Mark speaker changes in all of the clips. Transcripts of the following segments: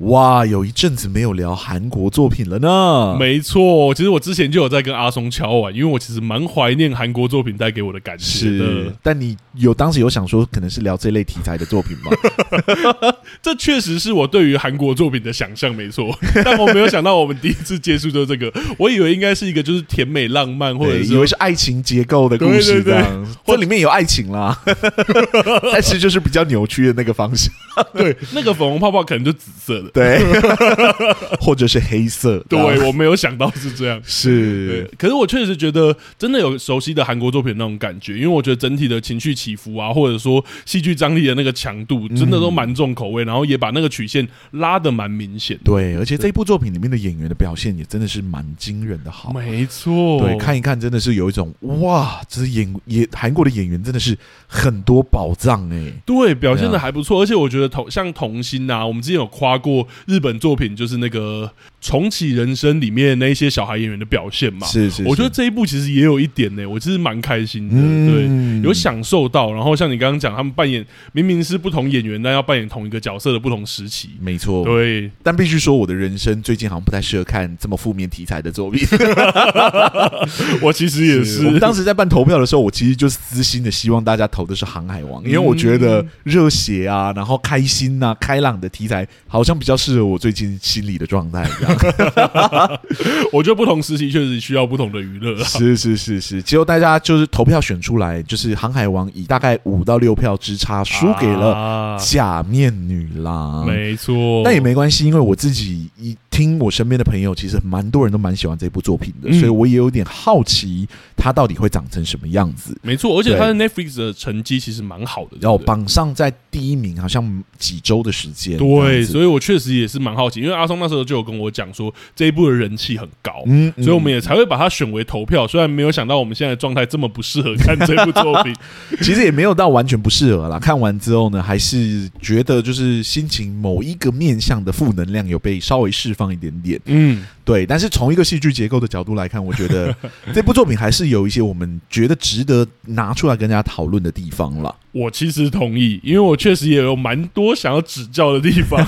Speaker 1: 哇，有一阵子没有聊韩国作品了呢。
Speaker 2: 没错，其实我之前就有在跟阿松敲碗，因为我其实蛮怀念韩国作品带给我的感觉
Speaker 1: 是
Speaker 2: 的。，
Speaker 1: 但你有当时有想说，可能是聊这类题材的作 品吗？
Speaker 2: 这确实是我对于韩国作品的想象，没错。 但我没有想到，我们第一次接触就是这个，我以为应该是一个就是甜美浪漫，或者
Speaker 1: 对
Speaker 2: 是
Speaker 1: 以为是爱情结构的故事这
Speaker 2: 对对对
Speaker 1: 样，这里面有爱情 啦，但是就是比较扭曲的那个方向，
Speaker 2: 对那个粉红泡泡可能就紫色的。
Speaker 1: 对，或者是黑色，这样
Speaker 2: 对，我没有想到是这样。对
Speaker 1: 是，，
Speaker 2: 可是我确实觉得真的有熟悉的韩国作品那种感觉，因为我觉得整体的情绪起伏啊，或者说戏剧张力的那个强度，真的都蛮重口味，然后也把那个曲线拉的蛮明显的。
Speaker 1: 对，而且这一部作品里面的演员的表现也真的是蛮惊人的好，
Speaker 2: 没错，
Speaker 1: 对，看一看真的是有一种哇，这演演韩国的演员真的是很多宝藏哎、
Speaker 2: 对表现的还不错，而且我觉得同像童星啊，我们之前有夸过日本作品，就是那个《重启人生》里面那一些小孩演员的表现嘛。
Speaker 1: 是是，
Speaker 2: 我觉得
Speaker 1: 是
Speaker 2: 这一部其实也有一点呢、我其实蛮开心的。对，
Speaker 1: 嗯
Speaker 2: 有享受到，然后像你刚刚讲，他们扮演明明是不同演员，但要扮演同一个角色的不同时期。
Speaker 1: 没错，
Speaker 2: 对，
Speaker 1: 但必须说我的人生最近好像不太适合看这么负面题材的作品。
Speaker 2: 我其实也是
Speaker 1: 我们当时在办投票的时候，我其实就私心的希望大家投的是《航海王》，因为我觉得
Speaker 2: 嗯
Speaker 1: 热血啊，然后开心呐、开朗的题材，好像比较适合我最近心理的状态。这样
Speaker 2: 我觉得不同时期确实需要不同的娱乐啊。
Speaker 1: 是是是是，结果大家就是投票选出来，就是《航海王》以大概五到六票之差输给了
Speaker 2: 啊
Speaker 1: 假面女郎。
Speaker 2: 没错，
Speaker 1: 但也没关系，因为我自己一听我身边的朋友，其实蛮多人都蛮喜欢这部作品的，
Speaker 2: 嗯
Speaker 1: 所以我也有点好奇它到底会长成什么样子。
Speaker 2: 没错，而且
Speaker 1: 对
Speaker 2: 他的 Netflix 的成绩其实蛮好的，
Speaker 1: 然后
Speaker 2: 对不对
Speaker 1: 榜上在第一名，好像几周的时间。
Speaker 2: 对，
Speaker 1: 以
Speaker 2: 所以我确实也是蛮好奇，因为阿松那时候就有跟我讲说这一部的人气很高。
Speaker 1: 嗯
Speaker 2: 所以我们
Speaker 1: 也
Speaker 2: 也才会把它选为投票，虽然没有想到我们现在的状态这么不适合看这部 作品，
Speaker 1: 其实也没有到完全不适合啦。看完之后呢，还是觉得就是心情某一个面向的负能量有被稍微释放一点点。
Speaker 2: 嗯，
Speaker 1: 对，但是从一个戏剧结构的角度来看，我觉得这部作品还是有一些我们觉得值得拿出来跟大家讨论的地方了。
Speaker 2: 我其实同意，因为我确实也有蛮多想要指教的地 方，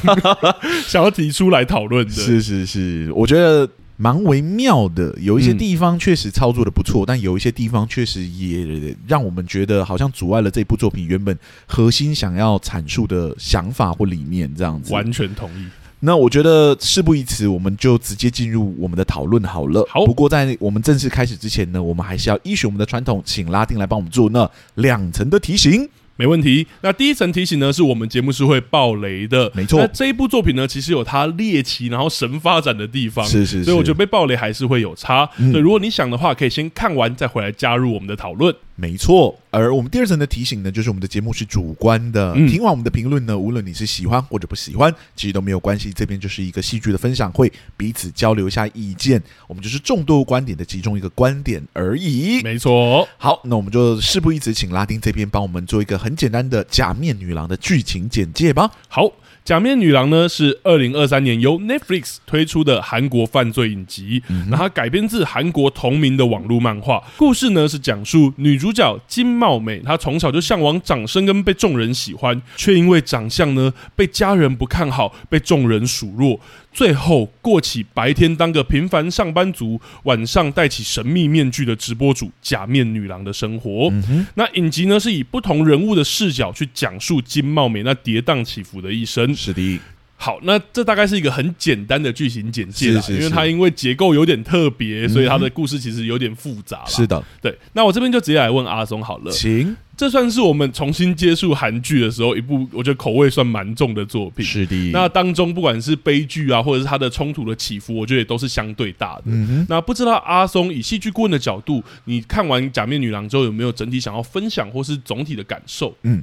Speaker 2: 想要提出来讨论的。
Speaker 1: 是是是，我觉得蛮微妙的，有一些
Speaker 2: 嗯
Speaker 1: 地方确实操作的不错，但有一些地方确实也让我们觉得好像阻碍了这部作品原本核心想要阐述的想法或理念这样子。
Speaker 2: 完全同意。
Speaker 1: 那我觉得事不宜迟，我们就直接进入我们的讨论好了。
Speaker 2: 好
Speaker 1: 不过在我们正式开始之前呢，我们还是要依循我们的传统，请拉丁来帮我们做那两层的提醒。
Speaker 2: 没问题。那第一层提醒呢，是我们节目是会爆雷的，
Speaker 1: 没错
Speaker 2: 那这一部作品呢，其实有它猎奇然后神发展的地方，
Speaker 1: 是是是，
Speaker 2: 所以我觉得被爆雷还是会有差。
Speaker 1: 嗯
Speaker 2: 所以如果你想的话，可以先看完再回来加入我们的讨论。
Speaker 1: 没错，而我们第二层的提醒呢，就是我们的节目是主观的，
Speaker 2: 嗯
Speaker 1: 听完我们的评论呢，无论你是喜欢或者不喜欢，其实都没有关系。这边就是一个戏剧的分享会，彼此交流一下意见，我们就是众多观点的其中一个观点而已。
Speaker 2: 没错，
Speaker 1: 好，那我们就事不宜迟，请拉丁这边帮我们做一个很简单的《假面女郎》的剧情简介吧。
Speaker 2: 好。假面女郎呢是二零二三年由 Netflix 推出的韩国犯罪影集，那它改编自韩国同名的网络漫画。故事呢是讲述女主角金茂美，她从小就向往掌声跟被众人喜欢，却因为长相呢被家人不看好，被众人数落，最后过起白天当个平凡上班族，晚上戴起神秘面具的直播主假面女郎的生活。
Speaker 1: 嗯
Speaker 2: 那影集呢是以不同人物的视角去讲述金茂美那跌宕起伏的一生。
Speaker 1: 是的，
Speaker 2: 好，那这大概是一个很简单的剧情简介啦，
Speaker 1: 是是
Speaker 2: 因为
Speaker 1: 是
Speaker 2: 它因为结构有点特别，所以它的故事其实有点复杂啦。
Speaker 1: 是的，
Speaker 2: 对。那我这边就直接来问阿松好了，
Speaker 1: 请
Speaker 2: 这算是我们重新接触韩剧的时候一部我觉得口味算蛮重的作品。
Speaker 1: 是的，
Speaker 2: 那当中不管是悲剧啊，或者是它的冲突的起伏，我觉得也都是相对大的。
Speaker 1: 嗯
Speaker 2: 那不知道阿松以戏剧顾问的角度，你看完《假面女郎》之后，有没有整体想要分享或是总体的感受？
Speaker 1: 哼，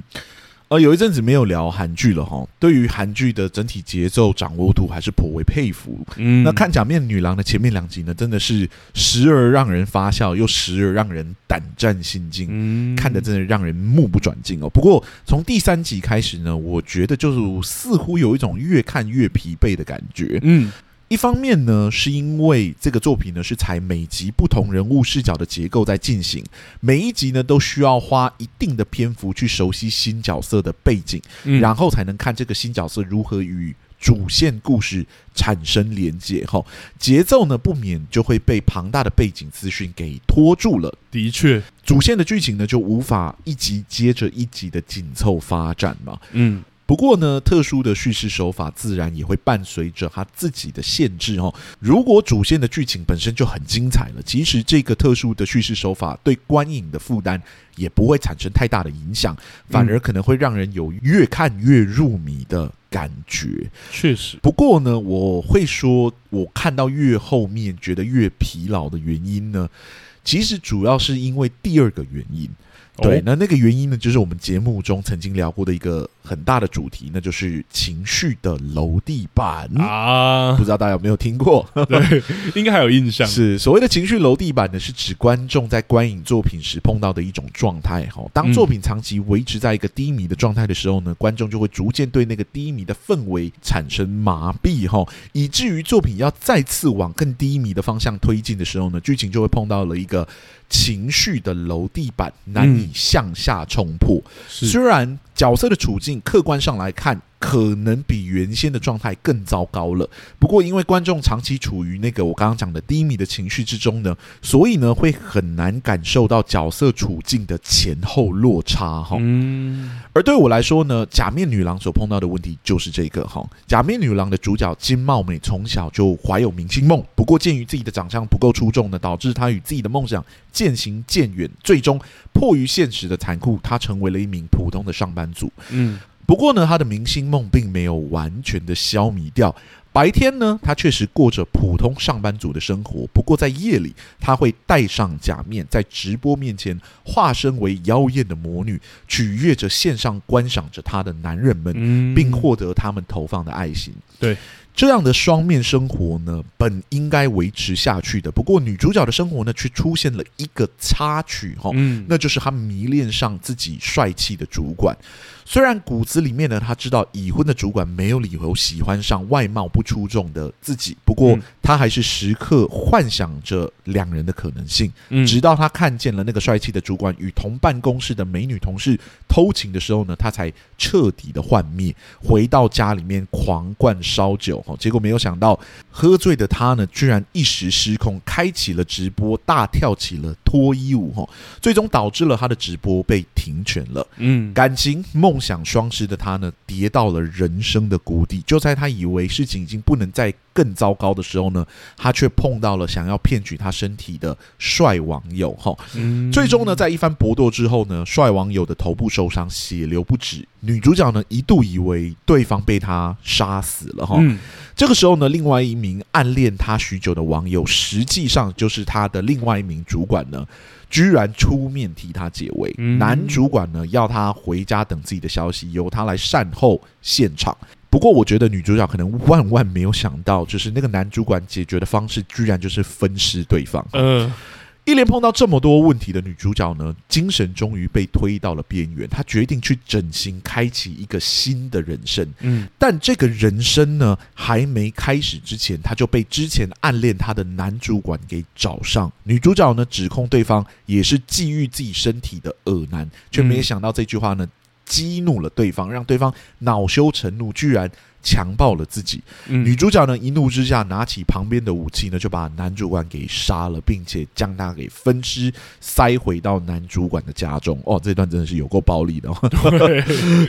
Speaker 1: 呃，有一阵子没有聊韩剧了哈，对于韩剧的整体节奏掌握度还是颇为佩服。
Speaker 2: 嗯
Speaker 1: 那看《假面女郎》的前面两集呢，真的是时而让人发笑，又时而让人胆战心惊。
Speaker 2: 嗯
Speaker 1: 看的真的让人目不转睛哦。不过从第三集开始呢，我觉得就是似乎有一种越看越疲惫的感觉。
Speaker 2: 嗯
Speaker 1: 一方面呢，是因为这个作品呢是采每集不同人物视角的结构在进行，每一集呢都需要花一定的篇幅去熟悉新角色的背景，
Speaker 2: 嗯
Speaker 1: 然后才能看这个新角色如何与。主线故事产生连结后，节奏呢不免就会被庞大的背景资讯给拖住了。
Speaker 2: 的确
Speaker 1: 主线的剧情呢，就无法一集接着一集的紧凑发展嘛。
Speaker 2: 嗯
Speaker 1: 不过呢，特殊的叙事手法自然也会伴随着它自己的限制哦。如果主线的剧情本身就很精彩了，其实这个特殊的叙事手法对观影的负担也不会产生太大的影响，反而可能会让人有越看越入迷的感觉。
Speaker 2: 确实
Speaker 1: 不过呢，我会说，我看到越后面觉得越疲劳的原因呢，其实主要是因为第二个原因。对，
Speaker 2: 哦
Speaker 1: 那那个原因呢，就是我们节目中曾经聊过的一个很大的主题，那就是情绪的楼地板。
Speaker 2: 啊
Speaker 1: 不，知道大家有没有听过？
Speaker 2: 应该还有印象
Speaker 1: 是所谓的情绪楼地板呢，是指观众在观影作品时碰到的一种状态。哈，当
Speaker 2: 嗯
Speaker 1: 作品长期维持在一个低迷的状态的时候呢，观众就会逐渐对那个低迷的氛围产生麻痹。哈，以至于作品要再次往更低迷的方向推进的时候呢，剧情就会碰到了一个情绪的楼地板，难以
Speaker 2: 嗯
Speaker 1: 向下冲破。
Speaker 2: 是
Speaker 1: 虽然角色的处境客观上来看，可能比原先的状态更糟糕了。不过，因为观众长期处于那个我刚刚讲的低迷的情绪之中呢，所以呢会很难感受到角色处境的前后落差哈。
Speaker 2: 嗯
Speaker 1: 而对我来说呢，假面女郎所碰到的问题就是这个哈。假面女郎的主角金茂美从小就怀有明星梦，不过鉴于自己的长相不够出众呢，导致她与自己的梦想渐行渐远，最终迫于现实的残酷，她成为了一名普通的上班族。
Speaker 2: 嗯
Speaker 1: 不过呢，她的明星梦并没有完全的消弭掉。白天呢，她确实过着普通上班族的生活，不过在夜里，她会戴上假面，在直播面前化身为妖艳的魔女，取悦着线上观赏着她的男人们，
Speaker 2: 嗯
Speaker 1: 并获得他们投放的爱心。
Speaker 2: 对。
Speaker 1: 这样的双面生活呢，本应该维持下去的。不过女主角的生活呢，却出现了一个插曲哈、
Speaker 2: 嗯
Speaker 1: 那就是他迷恋上自己帅气的主管。虽然骨子里面呢，他知道已婚的主管没有理由喜欢上外貌不出众的自己，不过
Speaker 2: 嗯
Speaker 1: 他还是时刻幻想着两人的可能性。
Speaker 2: 嗯
Speaker 1: 直到他看见了那个帅气的主管与同办公室的美女同事偷情的时候呢，他才彻底的幻灭，回到家里面狂灌烧酒哦，结果没有想到，喝醉的他呢，居然一时失控，开启了直播，大跳起了脱衣舞哦，最终导致了他的直播被停权了。
Speaker 2: 嗯
Speaker 1: 感情梦想双失的他呢，跌到了人生的谷底。就在他以为事情已经不能再更糟糕的时候呢，他却碰到了想要骗取他身体的帅网友哈。
Speaker 2: 嗯
Speaker 1: 最终呢，在一番搏斗之后呢，帅网友的头部受伤，血流不止。女主角呢，一度以为对方被他杀死了哈。
Speaker 2: 嗯
Speaker 1: 这个时候呢，另外一名暗恋他许久的网友，实际上就是他的另外一名主管呢，居然出面替他解围。
Speaker 2: 嗯
Speaker 1: 男主管呢，要他回家等自己的消息，由他来善后现场。不过，我觉得女主角可能万万没有想到，就是那个男主管解决的方式，居然就是分尸对方。
Speaker 2: 呃
Speaker 1: 一连碰到这么多问题的女主角呢，精神终于被推到了边缘，她决定去整形，开启一个新的人生。
Speaker 2: 嗯
Speaker 1: 但这个人生呢，还没开始之前，她就被之前暗恋她的男主管给找上。女主角呢，指控对方也是觊觎自己身体的恶男，却没想到这句话呢，激怒了对方，让对方恼羞成怒，居然强暴了自己。女
Speaker 2: 嗯
Speaker 1: 主角呢一怒之下拿起旁边的武器呢，就把男主管给杀了，并且将他给分尸塞回到男主管的家中。哦，这段真的是有够暴力的、哦。
Speaker 2: 对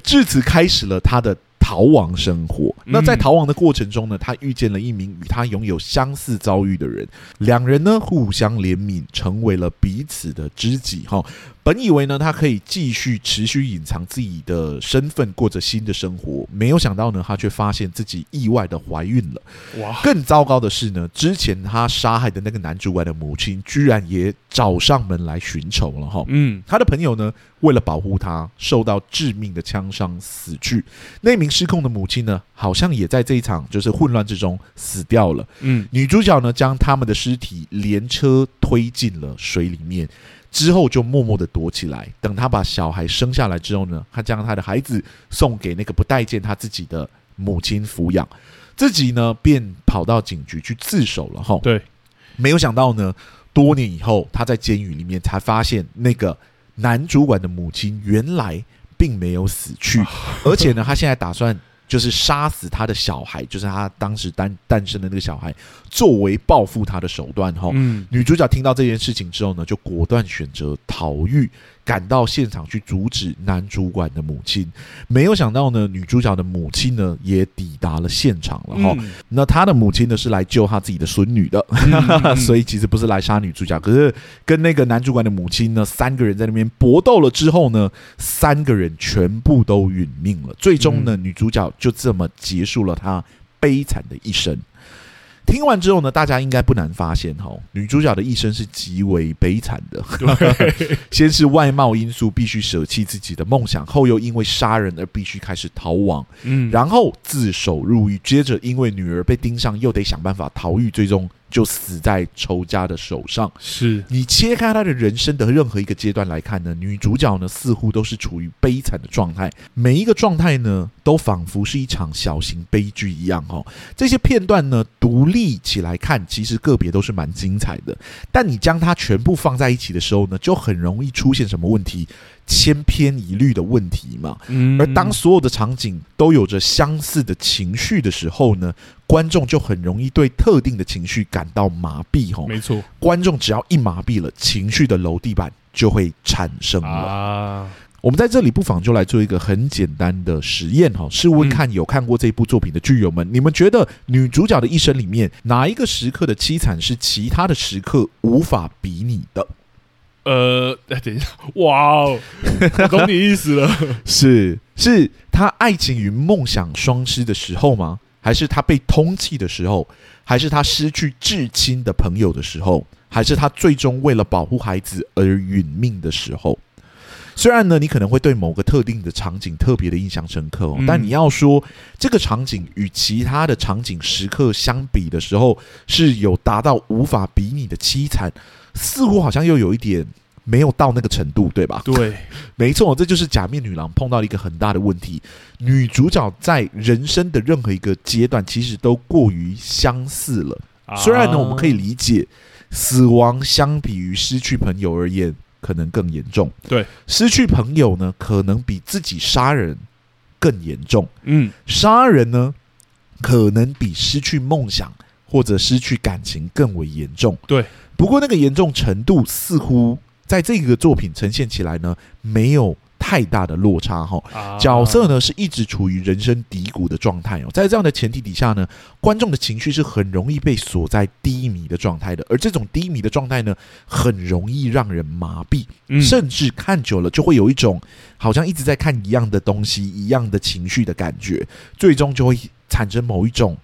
Speaker 1: 至此开始了他的逃亡生活。那在逃亡的过程中呢，他遇见了一名与他拥有相似遭遇的人，两人呢互相怜悯，成为了彼此的知己。哈、本以为呢，他可以继续持续隐藏自己的身份，过着新的生活，没有想到呢，她却发现自己意外的怀孕了。
Speaker 2: 哇，
Speaker 1: 更糟糕的是呢，之前她杀害的那个男主管的母亲，居然也找上门来寻仇了哈。
Speaker 2: 嗯，
Speaker 1: 他的朋友呢，为了保护他，受到致命的枪伤死去。那名失控的母亲呢，好像也在这一场就是混乱之中死掉了。
Speaker 2: 嗯，
Speaker 1: 女主角呢，将他们的尸体连车推进了水里面，之后就默默的躲起来。等她把小孩生下来之后呢，她将她的孩子送给那个不待见她自己的母亲抚养，自己呢便跑到警局去自首了。哈，
Speaker 2: 对，
Speaker 1: 没有想到呢，多年以后，她在监狱里面才发现，那个男主管的母亲原来并没有死去，
Speaker 2: 啊
Speaker 1: 而且呢，她现在打算就是杀死她的小孩，就是她当时诞诞生的那个小孩，作为报复她的手段。哈、
Speaker 2: 嗯，
Speaker 1: 女主角听到这件事情之后呢，就果断选择逃狱，赶到现场去阻止男主管的母亲。没有想到呢，女主角的母亲呢也抵达了现场了哈。
Speaker 2: 嗯
Speaker 1: 那她的母亲呢是来救她自己的孙女的，
Speaker 2: 嗯
Speaker 1: 所以其实不是来杀女主角，可是跟那个男主管的母亲呢，三个人在那边搏斗了之后呢，三个人全部都殒命了。最终呢，女主角就这么结束了她悲惨的一生。听完之后呢，大家应该不难发现哈，女主角的一生是极为悲惨的。 先是外貌因素必须舍弃自己的梦想，后又因为杀人而必须开始逃亡，
Speaker 2: 嗯，
Speaker 1: 然后自首入狱，接着因为女儿被盯上，又得想办法逃狱，最终就死在仇家的手上。
Speaker 2: 是，
Speaker 1: 你切开她的人生的任何一个阶段来看呢，女主角呢似乎都是处于悲惨的状态，每一个状态呢都仿佛是一场小型悲剧一样哦。这些片段呢独立起来看，其实个别都是蛮精彩的，但你将它全部放在一起的时候呢，就很容易出现什么问题？千篇一律的问题嘛。
Speaker 2: 嗯，
Speaker 1: 而当所有的场景都有着相似的情绪的时候呢，观众就很容易对特定的情绪感到麻痹吼。
Speaker 2: 没错
Speaker 1: 观众只要一麻痹了，情绪的楼地板就会产生了。
Speaker 2: 啊，
Speaker 1: 我们在这里不妨就来做一个很简单的实验哈，试
Speaker 2: 嗯
Speaker 1: 问看有看过这部作品的剧友们，你们觉得女主角的一生里面哪一个时刻的凄惨是其他的时刻无法比拟的？
Speaker 2: 呃， 哎等一下，哇哦，我懂你意思了，
Speaker 1: 是是他爱情与梦想双失的时候吗？还是他被通缉的时候？还是他失去至亲的朋友的时候？还是他最终为了保护孩子而殒命的时候？虽然呢，你可能会对某个特定的场景特别的印象深刻、哦，
Speaker 2: 嗯
Speaker 1: 但你要说这个场景与其他的场景时刻相比的时候，是有达到无法比拟的凄惨，似乎好像又有一点没有到那个程度，对吧？
Speaker 2: 对，
Speaker 1: 没错，这就是假面女郎碰到了一个很大的问题。女主角在人生的任何一个阶段，其实都过于相似了。
Speaker 2: 啊
Speaker 1: 虽然呢，我们可以理解，死亡相比于失去朋友而言，可能更严重。
Speaker 2: 对，
Speaker 1: 失去朋友呢，可能比自己杀人更严重。
Speaker 2: 嗯，
Speaker 1: 杀人呢，可能比失去梦想或者失去感情更为严重。
Speaker 2: 对，
Speaker 1: 不过那个严重程度似乎在这个作品呈现起来呢，没有太大的落差哈、
Speaker 2: 啊
Speaker 1: 角色呢是一直处于人生低谷的状态哦，在这样的前提底下呢，观众的情绪是很容易被锁在低迷的状态的，而这种低迷的状态呢，很容易让人麻痹，
Speaker 2: 嗯
Speaker 1: 甚至看久了就会有一种好像一直在看一样的东西、一样的情绪的感觉，最终就会产生某一种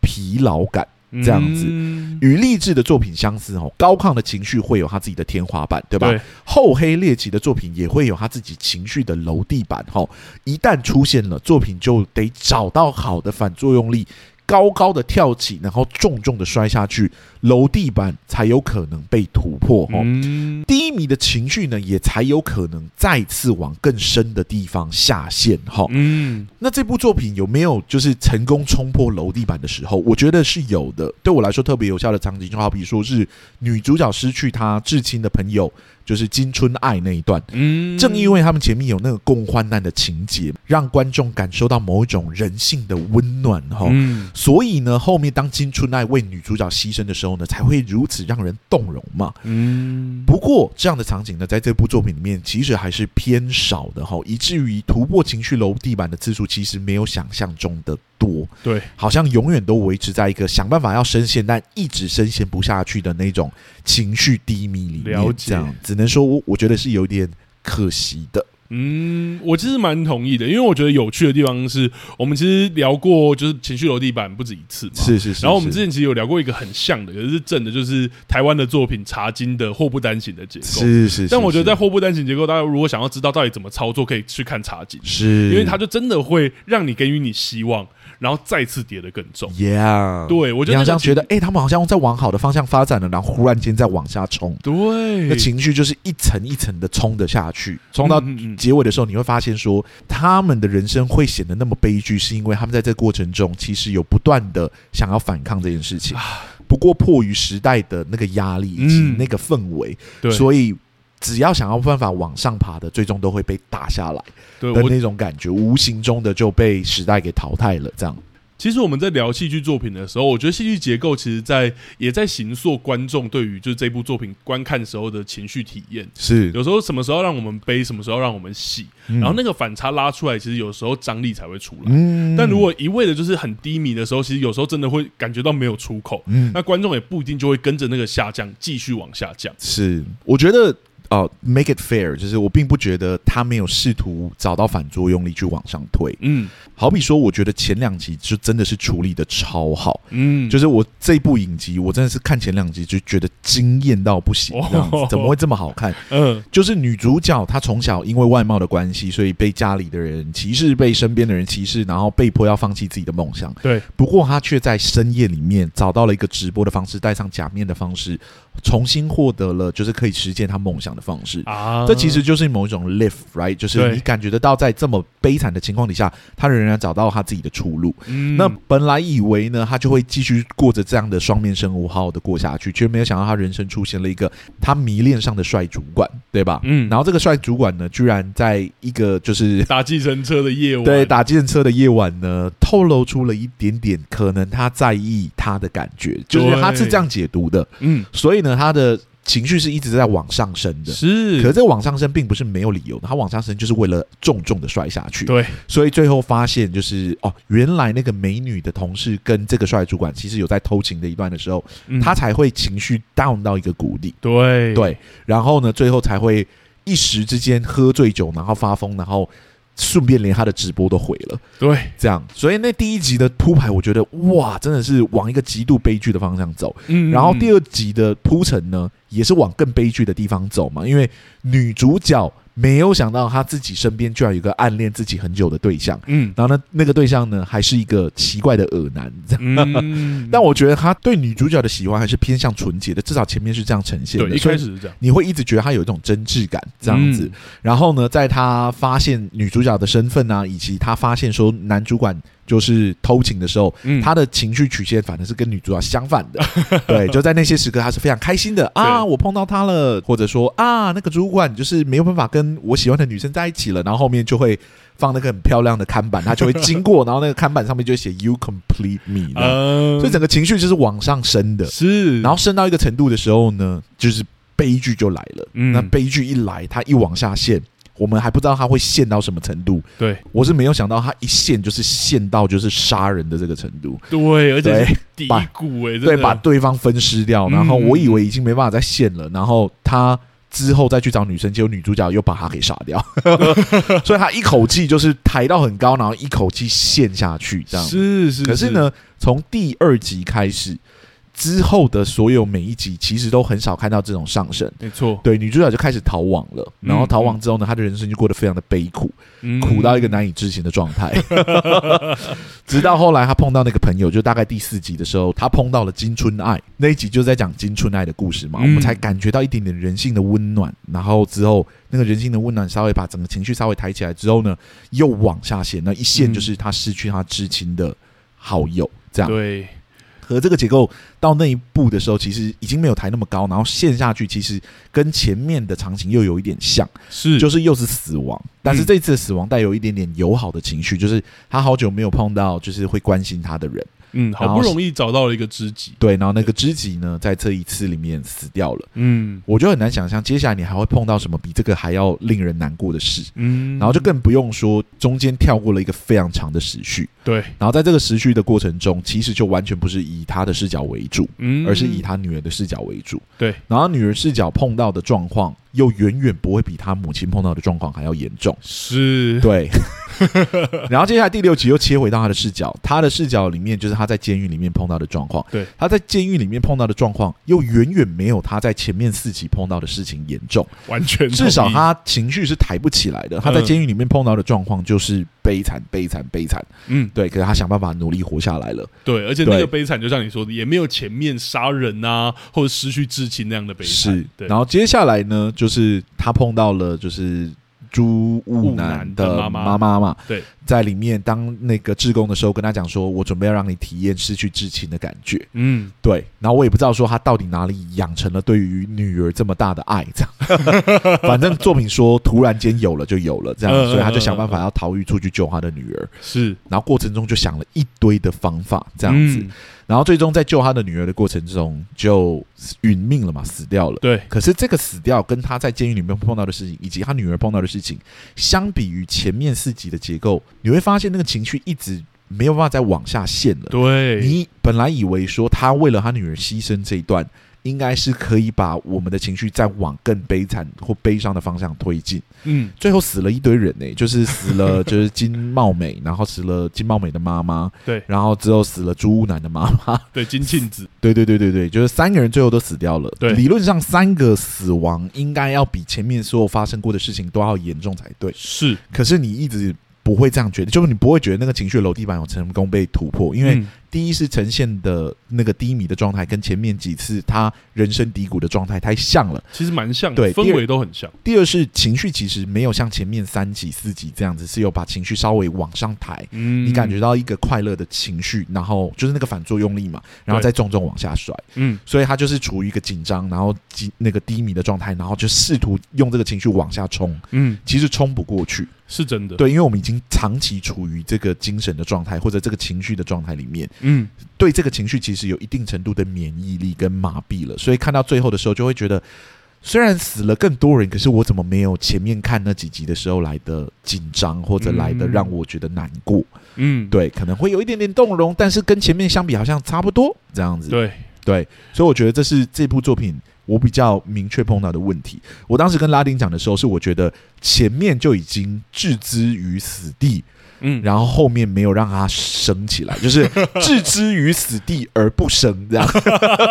Speaker 1: 疲劳感。这样子
Speaker 2: 嗯
Speaker 1: 与励志的作品相似哦，高亢的情绪会有他自己的天花板，对吧？
Speaker 2: 对
Speaker 1: 厚黑猎奇的作品也会有他自己情绪的楼地板哈、一旦出现了，作品就得找到好的反作用力，高高的跳起，然后重重的摔下去，楼地板才有可能被突破哦。
Speaker 2: 嗯，
Speaker 1: 低迷的情绪呢，也才有可能再次往更深的地方下陷哈、
Speaker 2: 嗯，
Speaker 1: 那这部作品有没有就是成功冲破楼地板的时候？我觉得是有的。对我来说特别有效的场景，就好比说是女主角失去她至亲的朋友，就是金春爱那一段。
Speaker 2: 嗯，
Speaker 1: 正因为他们前面有那个共患难的情节，让观众感受到某一种人性的温暖哈。
Speaker 2: 嗯，
Speaker 1: 所以呢，后面当金春爱为女主角牺牲的时候呢，才会如此让人动容嘛。
Speaker 2: 嗯，
Speaker 1: 不过，这样的场景呢，在这部作品里面其实还是偏少的哈，以至于突破情绪楼地板的次数其实没有想象中的多，
Speaker 2: 对，
Speaker 1: 好像永远都维持在一个想办法要深陷，但一直深陷不下去的那种情绪低迷里面。
Speaker 2: 了解
Speaker 1: 这样只能说我我觉得是有点可惜的。
Speaker 2: 嗯，我其实蛮同意的，因为我觉得有趣的地方是我们其实聊过，就是情绪楼地板不止一次嘛。
Speaker 1: 是是是。
Speaker 2: 嗯然后我们之
Speaker 1: 己
Speaker 2: 前其实有聊过一个很像的，可是是正的，就是台湾的作品《茶经》的祸不单行的结构。
Speaker 1: 是是，
Speaker 2: 但我觉得在
Speaker 1: 在
Speaker 2: 祸不单行结构，大家如果想要知道到底怎么操作，可以去看《茶经》，
Speaker 1: 是
Speaker 2: 因为它就真的会让你给予你希望，然后再次跌得更重。
Speaker 1: Yeah，
Speaker 2: 对我觉
Speaker 1: 你好
Speaker 2: 得那个
Speaker 1: 像嗯觉得
Speaker 2: 情
Speaker 1: 哎、他们好像在往好的方向发展了，然后忽然间再往下冲，那
Speaker 2: 对，
Speaker 1: 情绪就是一层一层的冲的下去，冲到
Speaker 2: 嗯嗯嗯
Speaker 1: 结尾的时候，你会发现说，他们的人生会显得那么悲剧，是因为他们在这过程中其实有不断的想要反抗这件事情，不过迫于时代的那个压力以及
Speaker 2: 啊嗯
Speaker 1: 那个氛围，
Speaker 2: 对
Speaker 1: 所以。只要想要办法往上爬的，最终都会被打下来
Speaker 2: 对
Speaker 1: 的
Speaker 2: 我
Speaker 1: 那种感觉，无形中的就被时代给淘汰了。这样
Speaker 2: 其实我们在聊戏剧作品的时候，我觉得戏剧结构其实在也在形塑观众对于就是这部作品观看时候的情绪体验。
Speaker 1: 是，嗯
Speaker 2: 有时候什么时候让我们悲，什么时候让我们喜，
Speaker 1: 然
Speaker 2: 然后那个反差拉出来，其实有时候张力才会出来。
Speaker 1: 嗯
Speaker 2: 但如果一味的就是很低迷的时候，其实有时候真的会感觉到没有出口，
Speaker 1: 嗯
Speaker 2: 那观众也不一定就会跟着那个下降继续往下降。
Speaker 1: 是，我觉得哦、m a k e it fair，就是我并不觉得他没有试图找到反作用力去往上推。
Speaker 2: 嗯
Speaker 1: 好比说，我觉得前两集就真的是处理的超好，
Speaker 2: 嗯，
Speaker 1: 就是是我这部影集，我真的是看前两集就觉得惊艳到不行，这样子
Speaker 2: 哦
Speaker 1: 怎么会这么好看？
Speaker 2: 嗯
Speaker 1: 就是女主角她从小因为外貌的关系，所以被家里的人歧视，被身边的人歧视，然后被迫要放弃自己的梦想。
Speaker 2: 对，
Speaker 1: 不过她却在深夜里面找到了一个直播的方式，戴上假面的方式，重新获得了就是可以实现她梦想的方式。
Speaker 2: 啊，
Speaker 1: 这其实就是某一种 live right，就是
Speaker 2: 对
Speaker 1: 你感觉得到，在这么悲惨的情况底下，她仍然找到她自己的出路。
Speaker 2: 嗯
Speaker 1: 那本来以为呢，他就会继续过着这样的双面生活，好好的过下去，却没有想到他人生出现了一个他迷恋上的帅主管，对吧？
Speaker 2: 嗯
Speaker 1: 然后这个帅主管呢，居然在一个就是
Speaker 2: 打计程车的夜晚，
Speaker 1: 对打计程车的夜晚呢，透露出了一点点可能他在意他的感觉，就是
Speaker 2: 对
Speaker 1: 他是这样解读的，
Speaker 2: 嗯
Speaker 1: 所以呢，他的情绪是一直在往上升的。
Speaker 2: 是，
Speaker 1: 可是这个往上升并不是没有理由的，他往上升就是为了重重的摔下去。
Speaker 2: 对，
Speaker 1: 所以最后发现就是哦，原来那个美女的同事跟这个帅主管其实有在偷情的一段的时候，
Speaker 2: 嗯
Speaker 1: 他才会情绪 down 到一个谷底，
Speaker 2: 对
Speaker 1: 对，然后呢，最后才会一时之间喝醉酒，然后发疯，然后顺便连他的直播都毁了，
Speaker 2: 对，
Speaker 1: 这样。所以那第一集的铺排，我觉得哇，真的是往一个极度悲剧的方向走。
Speaker 2: 嗯
Speaker 1: 然后第
Speaker 2: 二，
Speaker 1: 二集的铺陈呢，也是往更悲剧的地方走嘛，因为女主角没有想到她自己身边居然有一个暗恋自己很久的对象。
Speaker 2: 嗯
Speaker 1: 然后呢，那个对象呢，还是一个奇怪的耳男。 这样
Speaker 2: 嗯
Speaker 1: 但我觉得他对女主角的喜欢还是偏向纯洁的，至少前面是这样呈现的。
Speaker 2: 对一
Speaker 1: 所以
Speaker 2: 开始是这样，
Speaker 1: 你会一直觉得他有一种真挚感这样子。
Speaker 2: 嗯
Speaker 1: 然后呢，在他发现女主角的身份啊，以及他发现说男主管就是偷情的时候，
Speaker 2: 嗯
Speaker 1: 他的情绪曲线反而是跟女主角相反 的。对，就在那些时刻，他是非常开心的啊，
Speaker 2: 对
Speaker 1: 我碰到他了，或者说啊，那个主管就是没有办法跟我喜欢的女生在一起了。然后后面就会放那个很漂亮的看板，他就会经过，然后那个看板上面就会写 “You complete me”，、
Speaker 2: 嗯，
Speaker 1: 所以整个情绪就是往上升的。
Speaker 2: 是，
Speaker 1: 然
Speaker 2: 后
Speaker 1: 后升到一个程度的时候呢，就是悲剧就来了。
Speaker 2: 嗯
Speaker 1: 那悲剧一来，它一往下陷，我们还不知道它会陷到什么程度。
Speaker 2: 对
Speaker 1: 我是没有想到它一陷就是陷到就是杀人的这个程度，
Speaker 2: 对，而且
Speaker 1: 对
Speaker 2: 是低
Speaker 1: 把
Speaker 2: 谷哎，真
Speaker 1: 对，
Speaker 2: 的
Speaker 1: 把对方分尸掉。
Speaker 2: 嗯
Speaker 1: 然后我以为已经没办法再陷了，然后他。之后再去找女生，结果女主角又把他给杀掉， 所以他一口气就是抬到很高，然后一口气陷下去，这样
Speaker 2: 是是，
Speaker 1: 可是呢，从第二集开始之后的所有每一集，其实都很少看到这种上升。
Speaker 2: 是，没错，
Speaker 1: 对，女主角就开始逃亡了，然后逃亡之后呢，她的人生就过得非常的悲苦，
Speaker 2: 嗯
Speaker 1: 苦到一个难以置信的状 态。直到后来，她碰到那个朋友，就大概第四集的时候，她碰到了金春爱那一集，就在讲金春爱的故事嘛，
Speaker 2: 嗯
Speaker 1: 我们才感觉到一点点人性的温暖。然后之后，那个人性的温暖稍微把整个情绪稍微抬起来之后呢，又往下陷，那一陷就是她失去她至亲的好友，这样。
Speaker 2: 对，
Speaker 1: 和这个结构到那一步的时候，其实已经没有抬那么高，然后陷下去，其实跟前面的场景又有一点像，
Speaker 2: 是
Speaker 1: 就是又是死亡，但是
Speaker 2: 嗯
Speaker 1: 这次的死亡带有一点点友好的情绪，就是他好久没有碰到就是会关心他的人，
Speaker 2: 嗯，
Speaker 1: 然
Speaker 2: 好
Speaker 1: 后
Speaker 2: 不
Speaker 1: 是
Speaker 2: 容易找到了一个知己，
Speaker 1: 对，然后那个知己呢，在这一次里面死掉了，
Speaker 2: 嗯
Speaker 1: 我就很难想象接下来你还会碰到什么比这个还要令人难过的事，
Speaker 2: 嗯，
Speaker 1: 然后就更不用说中间跳过了一个非常长的时序，
Speaker 2: 对，
Speaker 1: 然后在这个时序的过程中，其实就完全不是以他的视角为主，
Speaker 2: 嗯，
Speaker 1: 而是以他女儿的视角为主。
Speaker 2: 对，
Speaker 1: 然后女儿视角碰到的状况，又远远不会比他母亲碰到的状况还要严重。
Speaker 2: 嗯 是，
Speaker 1: 对， 然后接下来第六集又切回到他的视角，他的视角里面就是他在监狱里面碰到的状况。
Speaker 2: 对，
Speaker 1: 他在监狱里面碰到的状况又远远没有他在前面四集碰到的事情严重，
Speaker 2: 完全同意
Speaker 1: 至少他情绪是抬不起来的。他在监狱里面碰到的状况就是悲惨、悲惨、悲惨。
Speaker 2: 嗯
Speaker 1: 对，可是他想办法努力活下来了。
Speaker 2: 对，而且那
Speaker 1: 对
Speaker 2: 个悲惨就像你说的，也没有前面杀人啊或者失去至亲那样的悲惨，
Speaker 1: 是，
Speaker 2: 对
Speaker 1: 然后接下来呢，就是他碰到了就是朱雾南
Speaker 2: 雾南的
Speaker 1: 的
Speaker 2: 妈妈
Speaker 1: 妈妈嘛，
Speaker 2: 对，
Speaker 1: 在里面当那个志工的时候，跟他讲说，我准备要让你体验失去至亲的感觉，
Speaker 2: 嗯，
Speaker 1: 对，然后我也不知道说他到底哪里养成了对于女儿这么大的爱，这样， 反正作品说突然间有了就有了这样，
Speaker 2: 嗯嗯
Speaker 1: 所以他就想
Speaker 2: 嗯
Speaker 1: 办法要逃狱出去救他的女儿，
Speaker 2: 是嗯
Speaker 1: 然后过程中就想了一堆的方法这
Speaker 2: 这
Speaker 1: 样子，然后最终在救他的女儿的过程中就殒命了嘛，死掉了。
Speaker 2: 对，
Speaker 1: 可是这个死掉跟他在监狱里面碰到的事情，以及他女儿碰到的事情，相比于前面四集的结构，你会发现那个情绪一直没有办法再往下陷了。
Speaker 2: 对，
Speaker 1: 你本来以为说他为了他女儿牺牲这一段，应该是可以把我们的情绪再往更悲惨或悲伤的方向推进，
Speaker 2: 嗯，
Speaker 1: 最后死了一堆人呢、就是死 了就是金茂美，然后死了金茂美的妈妈，
Speaker 2: 对
Speaker 1: 然后之后死了朱乌南的妈妈，
Speaker 2: 对，金庆子，
Speaker 1: 对对对对对，就是三个人最后都死掉了。
Speaker 2: 对
Speaker 1: 理论上三个死亡应该要比前面所有发生过的事情都要严重才对。
Speaker 2: 是
Speaker 1: 可是你一直不会这样觉得，就是你不会觉得那个情绪的楼地板有成功被突破，因为
Speaker 2: 嗯
Speaker 1: 第一是呈现的那个低迷的状态跟前面几次他人生低谷的状态太像了。
Speaker 2: 其实蛮像的，
Speaker 1: 对第
Speaker 2: 氛
Speaker 1: 二
Speaker 2: 围都很像，
Speaker 1: 第二是情绪其实没有像前面三集四集这样子是有把情绪稍微往上抬。
Speaker 2: 嗯，
Speaker 1: 你感觉，到一个快乐的情绪，然后就是那个反作用力嘛，然后
Speaker 2: 对
Speaker 1: 再重重往下甩。
Speaker 2: 嗯，
Speaker 1: 所以他就是处于一个紧张，然后低那个低迷的状态，然后就试图用这个情绪往下冲，
Speaker 2: 嗯，
Speaker 1: 其实冲不过去。
Speaker 2: 是真的，，
Speaker 1: 对，因为我们已经长期处于这个精神的状态或者这个情绪的状态里面，
Speaker 2: 嗯，
Speaker 1: 对这个情绪其实有一定程度的免疫力跟麻痹了，所以看到最后的时候就会觉得。虽然死了更多人，可是我怎么没有前面看那几集的时候来的紧张，或者来的
Speaker 2: 嗯
Speaker 1: 让我觉得难过？
Speaker 2: 嗯，
Speaker 1: 对，可能会有一点点动容，但是跟前面相比好像差不多这样子。
Speaker 2: 对，
Speaker 1: 对，所以我觉得这是这部作品我比较明确碰到的问题。我当时跟拉丁讲的时候，是我觉得前面就已经置之于死地，
Speaker 2: 嗯，
Speaker 1: 然后后面没有让它升起来，就是 置之于死地而不升，这样，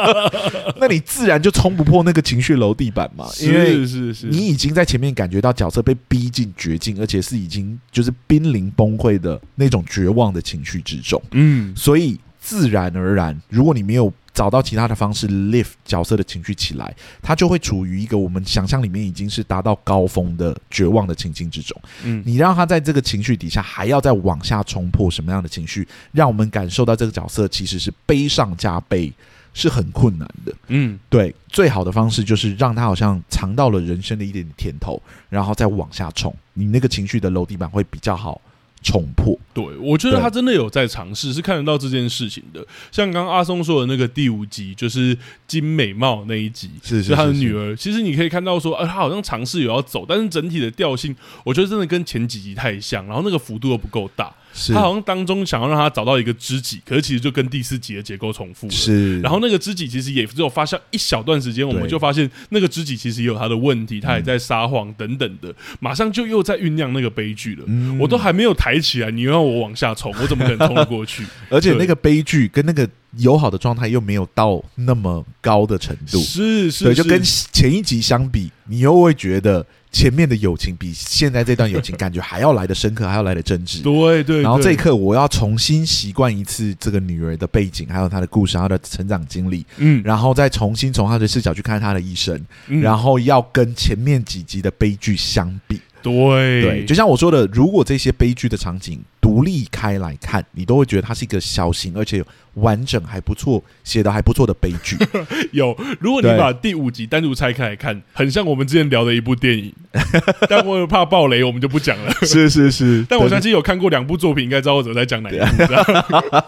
Speaker 1: 那你自然就冲不破那个情绪楼地板嘛，因为
Speaker 2: 是。是是，
Speaker 1: 你已经在前面感觉到角色被逼进绝境，而且是已经就是濒临崩溃的那种绝望的情绪之中。
Speaker 2: 嗯，
Speaker 1: 所以自然而然，如果你没有找到其他的方式 lift 角色的情绪起来，他就会处于一个我们想象里面已经是达到高峰的绝望的情境之中。
Speaker 2: 嗯，
Speaker 1: 你让他在这个情绪底下还要再往下冲破什么样的情绪，让我们感受到这个角色其实是悲上加悲，是很困难的。
Speaker 2: 嗯，
Speaker 1: 对，最好的方式就是让他好像尝到了人生的一点点甜头，然后再往下冲，你那个情绪的楼地板会比较好冲破。
Speaker 2: 对，我觉得
Speaker 1: 对
Speaker 2: 他真的有在尝试，是看得到这件事情的。像刚刚阿松说的那个第五集，就是金美貌那一集，
Speaker 1: 是
Speaker 2: 是他的女儿。其实你可以看到说，呃，他好像尝试有要走，但是整体的调性，我觉得真的跟前几集太像，然后那个幅度又不够大。
Speaker 1: 是
Speaker 2: 他好像当中想要让他找到一个知己，可是其实就跟第四集的结构重复了。
Speaker 1: 是，
Speaker 2: 然后那个知己其实也只有发酵一小段时间，我们
Speaker 1: 对嗯
Speaker 2: 就发现那个知己其实也有他的问题，他也在撒谎等等的，马上就又在酝酿那个悲剧了。
Speaker 1: 嗯
Speaker 2: 我都还没有抬起来，你又让我往下冲，我怎么可能冲得 过去？
Speaker 1: 而且
Speaker 2: 对
Speaker 1: 那个悲剧跟那个友好的状态又没有到那么高的程度，
Speaker 2: 是是，
Speaker 1: 对，就跟
Speaker 2: 是
Speaker 1: 前一集相比，你又会觉得前面的友情比现在这段友情感觉还要来的深刻，还要来的真挚。
Speaker 2: 对对，
Speaker 1: 然后这一
Speaker 2: 对
Speaker 1: 刻，我要重新习惯一次这个女儿的背景，还有她的故事，还有她的成长经历，
Speaker 2: 嗯，
Speaker 1: 然后再重新从她的视角去看她的一生，
Speaker 2: 嗯
Speaker 1: 然后要跟前面几集的悲剧相比。
Speaker 2: 对
Speaker 1: 对，就像我说的，如果这些悲剧的场景独立开来看，你都会觉得它是一个小型而且有完整还不错、写的还不错的悲 剧。
Speaker 2: 有，如果你
Speaker 1: 对
Speaker 2: 把第五集单独拆开来看，很像我们之前聊的一部电影， 但我又怕爆雷，我们就不讲了。
Speaker 1: 是是是，
Speaker 2: 但我相信有看过两部作品，应该知道我在讲哪一部。这样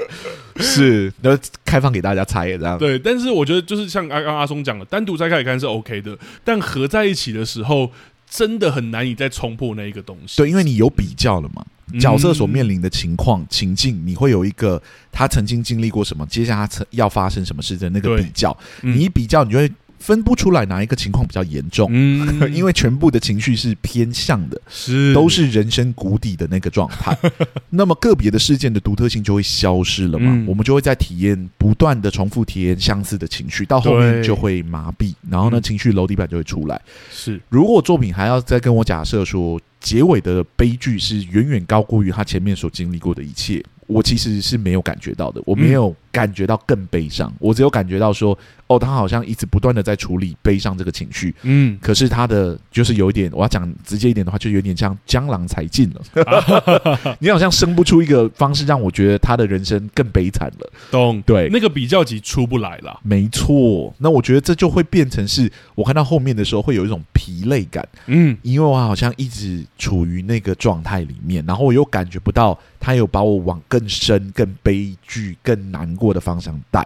Speaker 1: 是，然后开放给大家猜这样。
Speaker 2: 对，但是我觉得就是像刚刚阿松讲的，单独再开始看是 OK 的，但合在一起的时候，真的很难以再冲破那一个东西。
Speaker 1: 对，因为你有比较了嘛，
Speaker 2: 嗯
Speaker 1: 角色所面临的情况、情境，你会有一个他曾经经历过什么，接下来他曾要发生什么事的那个
Speaker 2: 对
Speaker 1: 比较。
Speaker 2: 嗯
Speaker 1: 你一比较，你就会分不出来哪一个情况比较严重，
Speaker 2: 嗯
Speaker 1: 因为全部的情绪是偏向的，
Speaker 2: 是
Speaker 1: 都是人生谷底的那个状 态。那么个别的事件的独特性就会消失了嘛，
Speaker 2: 嗯
Speaker 1: 我们就会在体验不断的重复体验相似的情绪，到后面
Speaker 2: 对
Speaker 1: 就会麻痹，然后呢，
Speaker 2: 嗯
Speaker 1: 情绪楼底板就会出来。
Speaker 2: 是
Speaker 1: 如果作品还要再跟我假设说结尾的悲剧是远远高过于他前面所经历过的一切，我其实是没有感觉到的，我没
Speaker 2: 嗯
Speaker 1: 有感觉到更悲伤，我只有感觉到说，哦，他好像一直不断的在处理悲伤这个情绪，
Speaker 2: 嗯，
Speaker 1: 可是他的就是有一点，我要讲直接一点的话，就有点像江郎才尽了， 你好像生不出一个方式让我觉得他的人生更悲惨了，
Speaker 2: 懂
Speaker 1: 对。
Speaker 2: 那个比较级出不来啦。
Speaker 1: 没错，那我觉得这就会变成是我看到后面的时候会有一种疲累感，
Speaker 2: 嗯，
Speaker 1: 因为我好像一直处于那个状态里面，然后我又感觉不到他有把我往更深、更悲剧、更难过的方向带。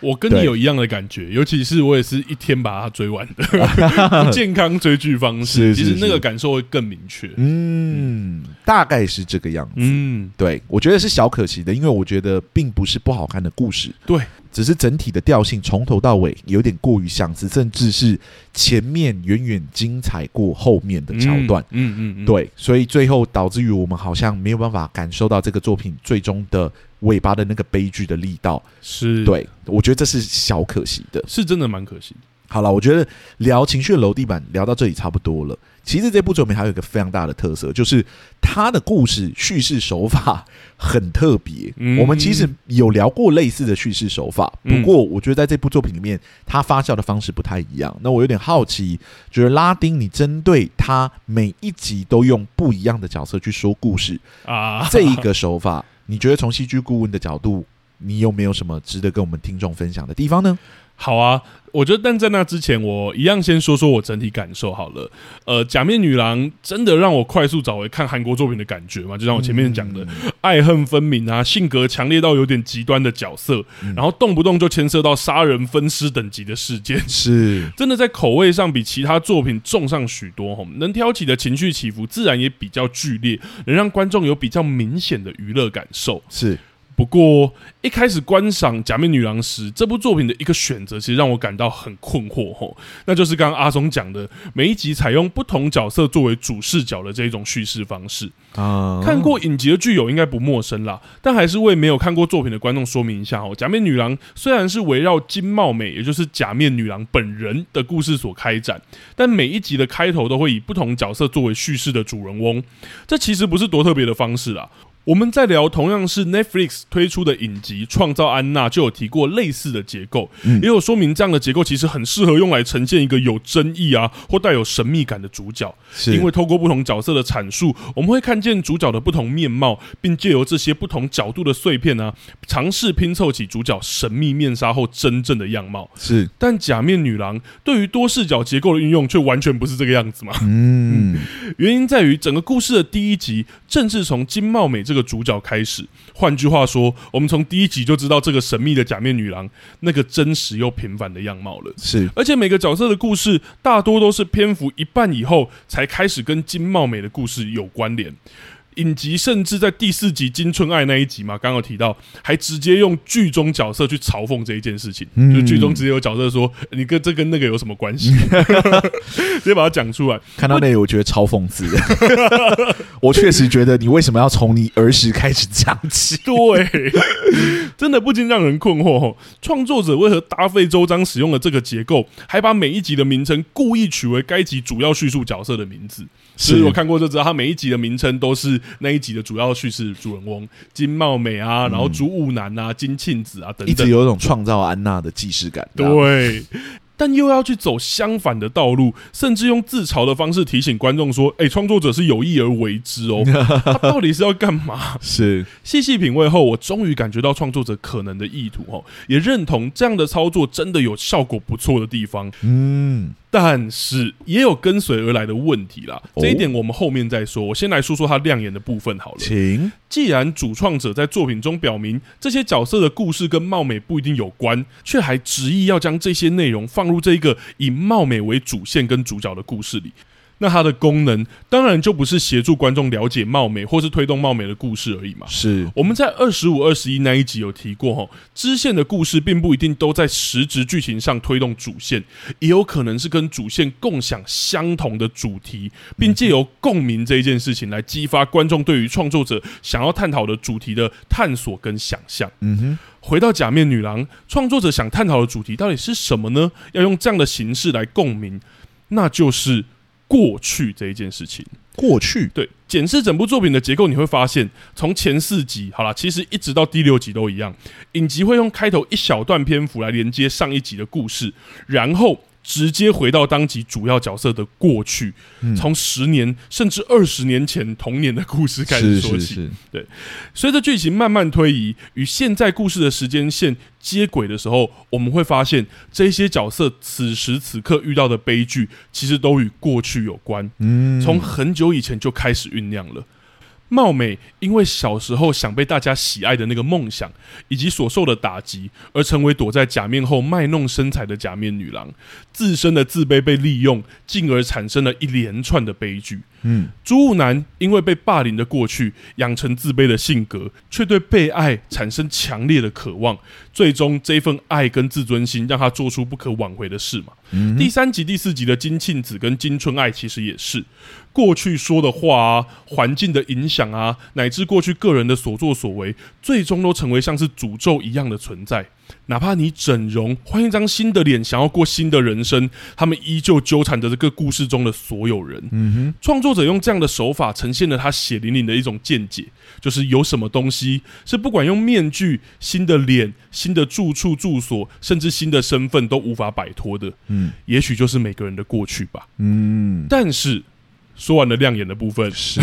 Speaker 2: 我跟你
Speaker 1: 对
Speaker 2: 有一样的感觉，尤其是我也是一天把它追完的，不健康追剧方
Speaker 1: 是
Speaker 2: 式，
Speaker 1: 是
Speaker 2: 其实那
Speaker 1: 是
Speaker 2: 个感受会更明确。
Speaker 1: 嗯，大概是这个样子。
Speaker 2: 嗯，
Speaker 1: 对，我觉得是小可惜的，因为我觉得并不是不好看的故事，
Speaker 2: 对，
Speaker 1: 只是整体的调性从头到尾有点过于相似，甚至是前面远远精彩过后面的桥段。
Speaker 2: 嗯，嗯嗯嗯，
Speaker 1: 对，所以最后导致于我们好像没有办法感受到这个作品最终的尾巴的那个悲剧的力道。
Speaker 2: 是，，
Speaker 1: 对，我觉得这是小可惜的。
Speaker 2: 是真的蛮可惜的。
Speaker 1: 好了，我觉得聊情绪的楼地板聊到这里差不多了。其实这部作品还有一个非常大的特色，就是它的故事叙事手法很特别。
Speaker 2: 嗯
Speaker 1: 我们其实有聊过类似的叙事手法，不
Speaker 2: 嗯
Speaker 1: 过我觉得在这部作品里面，它发酵的方式不太一样。那我有点好奇，就是拉丁，你针对他每一集都用不一样的角色去说故 事，
Speaker 2: 啊，
Speaker 1: 这一个手法，你觉得从戏剧顾问的角度，你有没有什么值得跟我们听众分享的地方呢？
Speaker 2: 好啊，我觉得，但在那之前，我一样先说说我整体感受好了。呃，假面女郎真的让我快速找回看韩国作品的感觉嘛？就像我前面讲的，爱恨分明啊，性格强烈到有点极端的角色，
Speaker 1: 嗯
Speaker 2: 然后动不动就牵涉到杀人分尸等级的事件。
Speaker 1: 是，
Speaker 2: 真的在口味上比其他作品重上许多，吼，能挑起的情绪起伏自然也比较剧烈，能让观众有比较明显的娱乐感受。
Speaker 1: 是，
Speaker 2: 不过一开始观赏《假面女郎》时，这部作品的一个选择，其实让我感到很困惑吼，那就是刚刚阿松讲的，每一集采用不同角色作为主视角的这一种叙事方式。
Speaker 1: 啊
Speaker 2: 看过影集的剧友应该不陌生啦，但还是为没有看过作品的观众说明一下哦。假面女郎虽然是围绕金茂美，也就是假面女郎本人的故事所开展，但每一集的开头都会以不同角色作为叙事的主人翁，这其实不是多特别的方式啦。我们在聊同样是 Netflix 推出的影集《创造安娜》，就有提过类似的结构，
Speaker 1: 嗯
Speaker 2: 也有说明这样的结构其实很适合用来呈现一个有争议啊或带有神秘感的主角。
Speaker 1: 是
Speaker 2: 因为透过不同角色的阐述，我们会看见主角的不同面貌，并借由这些不同角度的碎片呢、尝试拼凑起主角神秘面纱后真正的样貌。
Speaker 1: 是，
Speaker 2: 但假面女郎对于多视角结构的运用却完全不是这个样子嘛？
Speaker 1: 嗯，
Speaker 2: 原因在于整个故事的第一集正是从金茂美这个主角开始。换句话说，我们从第一集就知道这个神秘的假面女郎那个真实又平凡的样貌了。
Speaker 1: 是
Speaker 2: 而且每个角色的故事大多都是篇幅一半以后才开始跟金茂美的故事有关联。影集甚至在第四集《金春爱》那一集嘛，刚刚有提到，还直接用剧中角色去嘲讽这一件事情，
Speaker 1: 嗯
Speaker 2: 就是剧中直接有角色说：“你跟这跟那个有什么关系？” 直接把它讲出来。
Speaker 1: 看到那里，我觉得超讽刺 的。我确实觉得你为什么要从你儿时开始讲起？
Speaker 2: 对，真的不禁让人困惑哦。创作者为何大费周章使用了这个结构，还把每一集的名称故意取为该集主要叙述角色的名字？其实我看过就知道，它每一集的名称都是那一集的主要叙事主人翁金茂美啊，然后朱雾男啊、金庆子啊等
Speaker 1: 嗯一直
Speaker 2: 等。
Speaker 1: 有一种创造安娜的既视感。这样，
Speaker 2: 对。但又要去走相反的道路，甚至用自嘲的方式提醒观众说：“哎、创作者是有意而为之 哦，他到底是要干嘛？”
Speaker 1: 是
Speaker 2: 细细品味后，我终于感觉到创作者可能的意图哦，也认同这样的操作真的有效果不错的地方，
Speaker 1: 嗯，
Speaker 2: 但是也有跟随而来的问题啦。
Speaker 1: 哦
Speaker 2: 这一点我们后面再说，我先来说说它亮眼的部分好了。
Speaker 1: 请
Speaker 2: 既然主创者在作品中表明这些角色的故事跟貌美不一定有关，却还执意要将这些内容放入这一个以貌美为主线跟主角的故事里。那它的功能当然就不是协助观众了解貌美或是推动貌美的故事而已嘛。
Speaker 1: 是
Speaker 2: 我们在二十五、二十一那一集有提过，吼，支线的故事并不一定都在实质剧情上推动主线，也有可能是跟主线共享相同的主题，并借由共鸣这一件事情来激发观众对于创作者想要探讨的主题的探索跟想象。
Speaker 1: 嗯哼，
Speaker 2: 回到假面女郎，创作者想探讨的主题到底是什么呢？要用这样的形式来共鸣，那就是过去这一件事情。
Speaker 1: 过去
Speaker 2: 对，检视整部作品的结构，你会发现，从前四集好啦，其实一直到第六集都一样。影集会用开头一小段篇幅来连接上一集的故事，然后直接回到当集主要角色的过去，
Speaker 1: 嗯
Speaker 2: 从十年甚至二十年前童年的故事开始
Speaker 1: 是
Speaker 2: 说
Speaker 1: 是
Speaker 2: 起。
Speaker 1: 是，
Speaker 2: 随着剧情慢慢推移，与现在故事的时间线接轨的时候，我们会发现这些角色此时此刻遇到的悲剧，其实都与过去有关。
Speaker 1: 嗯，
Speaker 2: 从很久以前就开始酝酿了。貌美因为小时候想被大家喜爱的那个梦想，以及所受的打击，而成为躲在假面后卖弄身材的假面女郎，自身的自卑被利用，进而产生了一连串的悲剧。
Speaker 1: 嗯
Speaker 2: 朱男因为被霸凌的过去，养成自卑的性格，却对被爱产生强烈的渴望。最终，这份爱跟自尊心让他做出不可挽回的事嘛。
Speaker 1: 嗯
Speaker 2: 第三集、第四集的金庆子跟金春爱其实也是过去说的话啊、环境的影响啊，乃至过去个人的所作所为，最终都成为像是诅咒一样的存在。哪怕你整容，换一张新的脸，想要过新的人生，他们依旧纠缠着这个故事中的所有人。
Speaker 1: 嗯哼，
Speaker 2: 创作者用这样的手法呈现了他血淋淋的一种见解，就是有什么东西是不管用面具、新的脸、新的住处、住所，甚至新的身份都无法摆脱的，
Speaker 1: 嗯
Speaker 2: 也许就是每个人的过去吧。
Speaker 1: 嗯，
Speaker 2: 但是说完了亮眼的部 分，
Speaker 1: 是，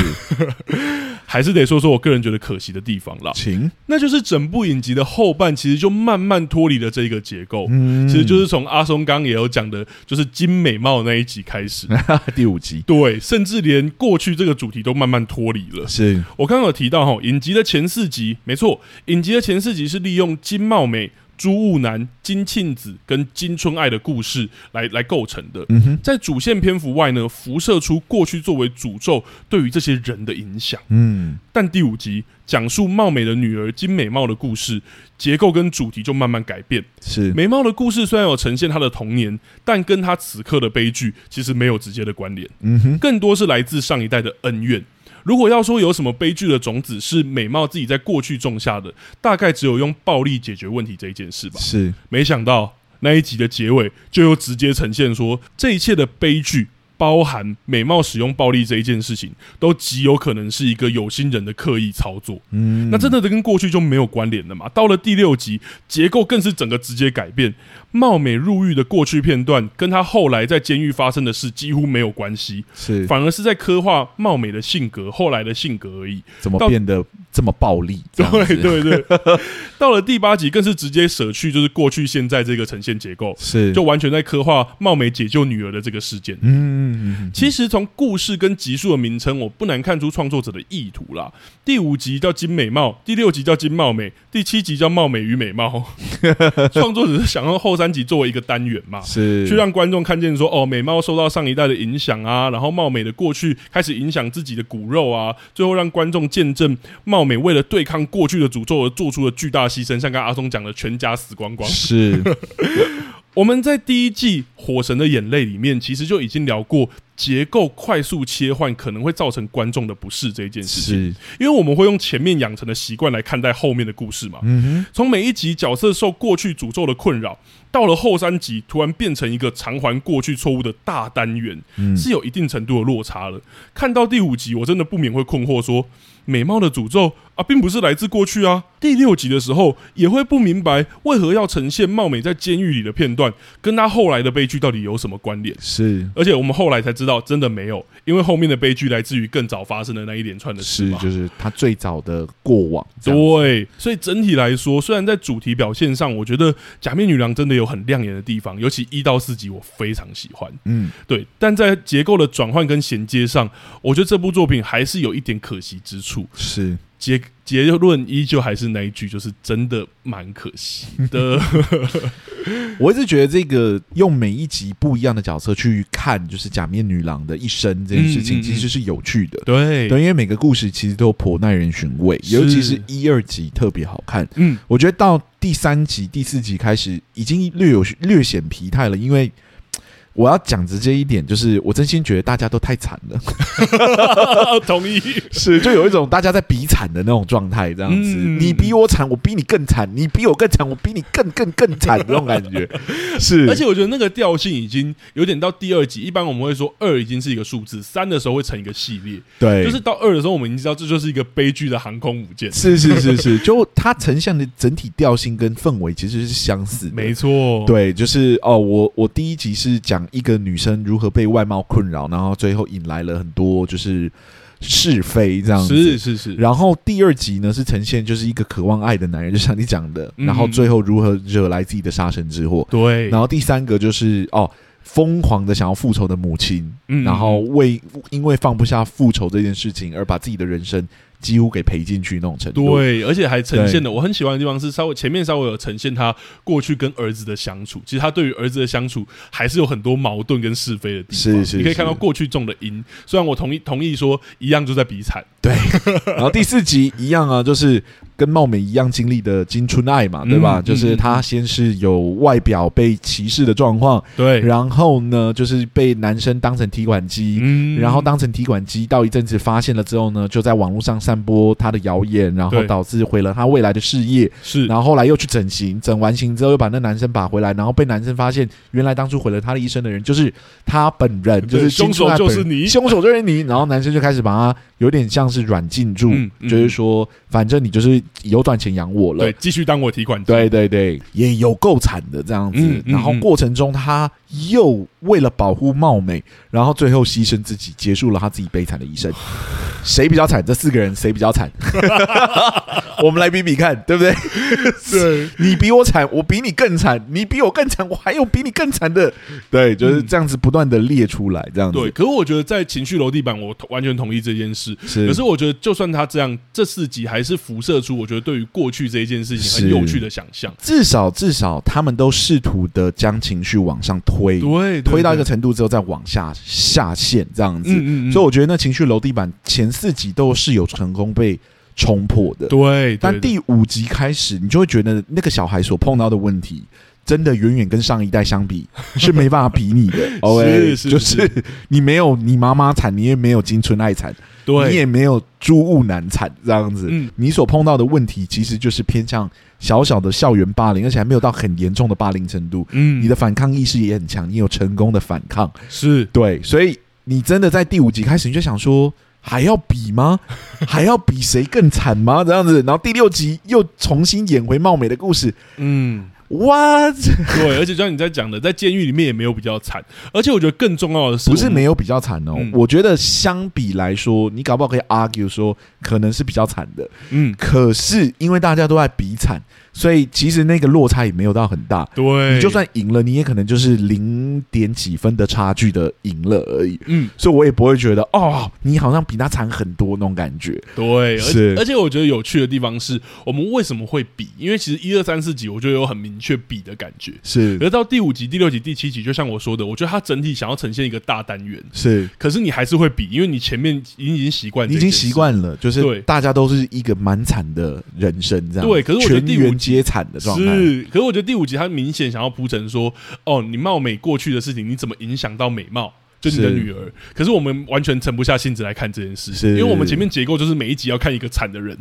Speaker 2: 还是得说说我个人觉得可惜的地方啦，
Speaker 1: 请，
Speaker 2: 那就是整部影集的后半其实就慢慢脱离了这个结构。
Speaker 1: 嗯
Speaker 2: 其实就是从阿松刚也有讲的，就是金美貌那一集开
Speaker 1: 嗯
Speaker 2: 始，
Speaker 1: 第五集
Speaker 2: 对，甚至连过去这个主题都慢慢脱离了。
Speaker 1: 是，
Speaker 2: 我刚刚有提到哈，影集的前四集，没错，影集的前四集是利用金茂美、朱雾男、金庆子跟金春爱的故事来来构成的。
Speaker 1: 嗯哼，
Speaker 2: 在主线篇幅外呢，辐射出过去作为诅咒对于这些人的影响。
Speaker 1: 嗯
Speaker 2: 但第五集讲述貌美的女儿金美貌的故事，结构跟主题就慢慢改变。
Speaker 1: 是，
Speaker 2: 美貌的故事虽然有呈现她的童年，但跟她此刻的悲剧其实没有直接的关联。
Speaker 1: 嗯哼，
Speaker 2: 更多是来自上一代的恩怨。如果要说有什么悲剧的种子是美貌自己在过去种下的，大概只有用暴力解决问题这一件事吧。
Speaker 1: 是，
Speaker 2: 没想到那一集的结尾就又直接呈现说，这一切的悲剧包含美貌使用暴力这一件事情，都极有可能是一个有心人的刻意操作。
Speaker 1: 嗯，
Speaker 2: 那真的跟过去就没有关联了嘛？到了第六集，结构更是整个直接改变，貌美入狱的过去片段跟她后来在监狱发生的事几乎没有关系。
Speaker 1: 是
Speaker 2: 反而是在刻画貌美的性格，后来的性格而已。
Speaker 1: 怎么
Speaker 2: 到
Speaker 1: 变得这么暴力？ 这样
Speaker 2: 对
Speaker 1: 子，
Speaker 2: 对对， 到了第八集更是直接舍去就是过去现在这个呈现结构，
Speaker 1: 是，
Speaker 2: 就完全在刻画貌美解救女儿的这个事件。
Speaker 1: 嗯，嗯嗯
Speaker 2: 其实从故事跟集数的名称，我不难看出创作者的意图啦。第五集叫金美貌，第六集叫金貌美，第七集叫貌美与 美貌。创作者是想用后三集作为一个单元 嘛？
Speaker 1: 是，
Speaker 2: 去让观众看见说，哦，美貌受到上一代的影响啊，然后貌美的过去开始影响自己的骨肉啊，最后让观众见证貌美为了对抗过去的诅咒而做出的巨大牺牲，像刚刚阿松讲的，全家死光 光。
Speaker 1: 是，
Speaker 2: 我们在第一季《火神的眼泪》里面，其实就已经聊过结构快速切换可能会造成观众的不适这一件事情，
Speaker 1: 是，
Speaker 2: 因为我们会用前面养成的习惯来看待后面的故事嘛。
Speaker 1: 嗯哼，
Speaker 2: 从每一集角色受过去诅咒的困扰，到了后三集突然变成一个偿还过去错误的大单元，
Speaker 1: 嗯
Speaker 2: 是有一定程度的落差了。看到第五集，我真的不免会困惑说，美貌的诅咒啊，并不是来自过去啊。第六集的时候，也会不明白为何要呈现貌美在监狱里的片段，跟她后来的悲剧到底有什么关联。
Speaker 1: 是
Speaker 2: 而且我们后来才知道，真的没有，因为后面的悲剧来自于更早发生的那一连串的事
Speaker 1: 是，
Speaker 2: 嘛。
Speaker 1: 就是他最早的过往，这样
Speaker 2: 对，所以整体来说，虽然在主题表现上，我觉得《假面女郎》真的有很亮眼的地方，尤其一到四集我非常喜欢。
Speaker 1: 嗯，
Speaker 2: 对，但在结构的转换跟衔接上，我觉得这部作品还是有一点可惜之处。
Speaker 1: 是，
Speaker 2: 结 结论依旧还是那一句，就是真的蛮可惜的。
Speaker 1: 我一直觉得这个用每一集不一样的角色去看，就是假面女郎的一生这件事
Speaker 2: 嗯嗯
Speaker 1: 情，
Speaker 2: 嗯
Speaker 1: 其实是有趣的。
Speaker 2: 对，
Speaker 1: 对，因为每个故事其实都颇耐人寻味，
Speaker 2: 是
Speaker 1: 尤其是一二集特别好看。
Speaker 2: 嗯，
Speaker 1: 我觉得到第三集、第四集开始，已经略有略显疲态了，因为。嘖我要讲直接一点，就是我真心觉得大家都太惨了，
Speaker 2: 啊同意，
Speaker 1: 是 就有一种大家在比惨的那种状态，这样子，
Speaker 2: 嗯
Speaker 1: 你比我惨，我比你更惨，你比我更惨，我比你更更更惨，这种感 觉是，
Speaker 2: 而且我觉得那个调性已经有点到第二集，一般我们会说二已经是一个数字，三的时候会成一个系列，
Speaker 1: 对，
Speaker 2: 就是到二的时候，我们已经知道这就是一个悲剧的航空母舰。
Speaker 1: 是是是是，就它呈现的整体调性跟氛围其实是相似的，
Speaker 2: 没错，，
Speaker 1: 对，就是哦，我我第一集是讲一个女生如何被外貌困扰，然后最后引来了很多就是是非这样子。
Speaker 2: 是是是，
Speaker 1: 然后第二集呢是呈现就是一个渴望爱的男人，就像你讲的，
Speaker 2: 嗯
Speaker 1: 然后最后如何惹来自己的杀身之祸。
Speaker 2: 对，
Speaker 1: 然后第三个就是哦，疯狂的想要复仇的母亲，
Speaker 2: 嗯
Speaker 1: 然后为因为放不下复仇这件事情而把自己的人生几乎给赔进去那种程度。
Speaker 2: 对，而且还呈现的我很喜欢的地方是稍微前面稍微有呈现他过去跟儿子的相处，其实他对于儿子的相处还是有很多矛盾跟是非的地方。
Speaker 1: 是是
Speaker 2: 你可以看到
Speaker 1: 是
Speaker 2: 过去中的因，虽然我同意同意说一样就在比惨，
Speaker 1: 然后第四集一样啊，就是跟貌美一样经历的金春爱嘛，
Speaker 2: 嗯
Speaker 1: 对吧？
Speaker 2: 嗯
Speaker 1: 就是她先是有外表被歧视的状况，
Speaker 2: 对，
Speaker 1: 然后呢，就是被男生当成提款机。
Speaker 2: 嗯
Speaker 1: 然后当成提款机，到一阵子发现了之后呢，就在网络上散播她的谣言，然后
Speaker 2: 对
Speaker 1: 导致毁了她未来的事业。
Speaker 2: 是
Speaker 1: 然后后来又去整形，整完形之后又把那男生把回来，然后被男生发现，原来当初毁了她的一生的人就是她本人，
Speaker 2: 对
Speaker 1: 就是
Speaker 2: 凶
Speaker 1: 金钟
Speaker 2: 手
Speaker 1: 爱
Speaker 2: 就
Speaker 1: 本
Speaker 2: 是
Speaker 1: 人
Speaker 2: 你
Speaker 1: 凶手就是你。然后男生就开始把她有点像是软禁住，
Speaker 2: 嗯嗯
Speaker 1: 就是说反正你就是有赚钱养我了
Speaker 2: 对，。继续当我提款机，
Speaker 1: 对对对，也有够惨的这样子。
Speaker 2: 嗯嗯
Speaker 1: 然后
Speaker 2: 嗯
Speaker 1: 过程中，她又为了保护貌美，然后最后牺牲自己，结束了她自己悲惨的 一生。谁比较惨？这四个人谁比较惨？ 我们来比比看，对不对？
Speaker 2: 对，
Speaker 1: 你比我惨，我比你更惨，你比我更惨，我还有比你更惨的，对，就是这样子不断的列出来，这样子，
Speaker 2: 嗯对。可是我觉得在情绪楼地板，我同完全同意这件事。
Speaker 1: 是，
Speaker 2: 可是我觉得，就算他这样，这四集还是辐射出我觉得对于过去这一件事情很
Speaker 1: 是
Speaker 2: 有趣的想象。
Speaker 1: 至少至少他们都试图的将情绪往上推，
Speaker 2: 对，对
Speaker 1: 推到一个
Speaker 2: 对
Speaker 1: 程度之后再往下下线，这样子，
Speaker 2: 嗯嗯嗯，
Speaker 1: 所以我觉得那情绪楼地板前四集都是有成功被冲破的，
Speaker 2: 嗯对，
Speaker 1: 但
Speaker 2: 对对
Speaker 1: 第五集开始，你就会觉得那个小孩所碰到的问题，真的远远跟上一代相比是没办法比拟 的。OK，
Speaker 2: 是
Speaker 1: 就是是你没有你妈妈惨，你也没有金春爱惨，
Speaker 2: 对
Speaker 1: 你也没有朱雾男惨这样子。
Speaker 2: 嗯
Speaker 1: 你所碰到的问题，其实就是偏向小小的校园霸凌，而且还没有到很严重的霸凌程度。
Speaker 2: 嗯
Speaker 1: 你的反抗意识也很强，你有成功的反抗。
Speaker 2: 是
Speaker 1: 对，所以你真的在第五集开始，你就想说还要比吗？还要比谁更惨吗？这样子，然后第六集又重新演回貌美的故事，
Speaker 2: 嗯，
Speaker 1: 哇，
Speaker 2: 对，而且就像你在讲的，在监狱里面也没有比较惨，而且我觉得更重要的是，
Speaker 1: 不是没
Speaker 2: 有，
Speaker 1: 有比较惨哦。
Speaker 2: 嗯
Speaker 1: 我觉得相比来说，你搞不好可以 argue 说可能是比较惨的，
Speaker 2: 嗯，
Speaker 1: 可是因为大家都在比惨，所以其实那个落差也没有到很大。
Speaker 2: 对，
Speaker 1: 你就算赢了，你也可能就是零点几分的差距的赢了而已，
Speaker 2: 嗯，
Speaker 1: 所以我也不会觉得哦，你好像比他惨很多那种感觉。
Speaker 2: 对，而且
Speaker 1: 是
Speaker 2: 而且我觉得有趣的地方是我们为什么会比，因为其实一二三四集我觉得有很明确比的感觉。
Speaker 1: 是
Speaker 2: 而到第五集、第六集、第七集，就像我说的，我觉得它整体想要呈现一个大单元，
Speaker 1: 是，
Speaker 2: 可是你还是会比，因为你前面已经习惯，
Speaker 1: 你已经习。惯了，就
Speaker 2: 对
Speaker 1: 是大家都是一个蛮惨的人生这样。
Speaker 2: 对可是我觉得
Speaker 1: 全
Speaker 2: 第五
Speaker 1: 员
Speaker 2: 集
Speaker 1: 皆惨的状态。
Speaker 2: 是，可是我觉得第五集它明显想要铺陈说，哦，你貌美过去的事情，你怎么影响到美貌？就你的
Speaker 1: 是
Speaker 2: 女儿，可是我们完全沉不下心子来看这件事，
Speaker 1: 是
Speaker 2: 因为我们前面结构就是每一集要看一个惨 的人，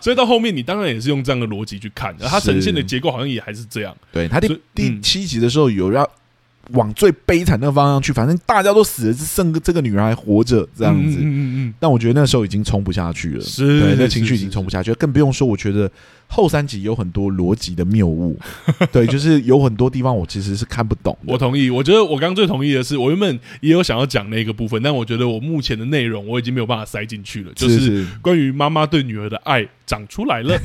Speaker 2: 所以到后面你当然也是用这样的逻辑去看，而它呈现的
Speaker 1: 是
Speaker 2: 结构好像也还是这样。
Speaker 1: 对他第
Speaker 2: 所以
Speaker 1: 第
Speaker 2: 嗯
Speaker 1: 七集的时候有要往最悲惨那个方向去，反正大家都死了，只剩这个女人还活着这样子。
Speaker 2: 嗯嗯嗯
Speaker 1: 但我觉得那时候已经冲不下去了，
Speaker 2: 是
Speaker 1: 对，那
Speaker 2: 是
Speaker 1: 情绪已
Speaker 2: 是
Speaker 1: 经冲不下去了，更不用说，我觉得后三集有很多逻辑的谬误，对，就是有很多地方我其实是看不懂的。
Speaker 2: 我同意，我觉得我刚最同意的是，我原本也有想要讲那个部分，但我觉得我目前的内容我已经没有办法塞进去了，就是是关于妈妈对女儿的爱长出 来了，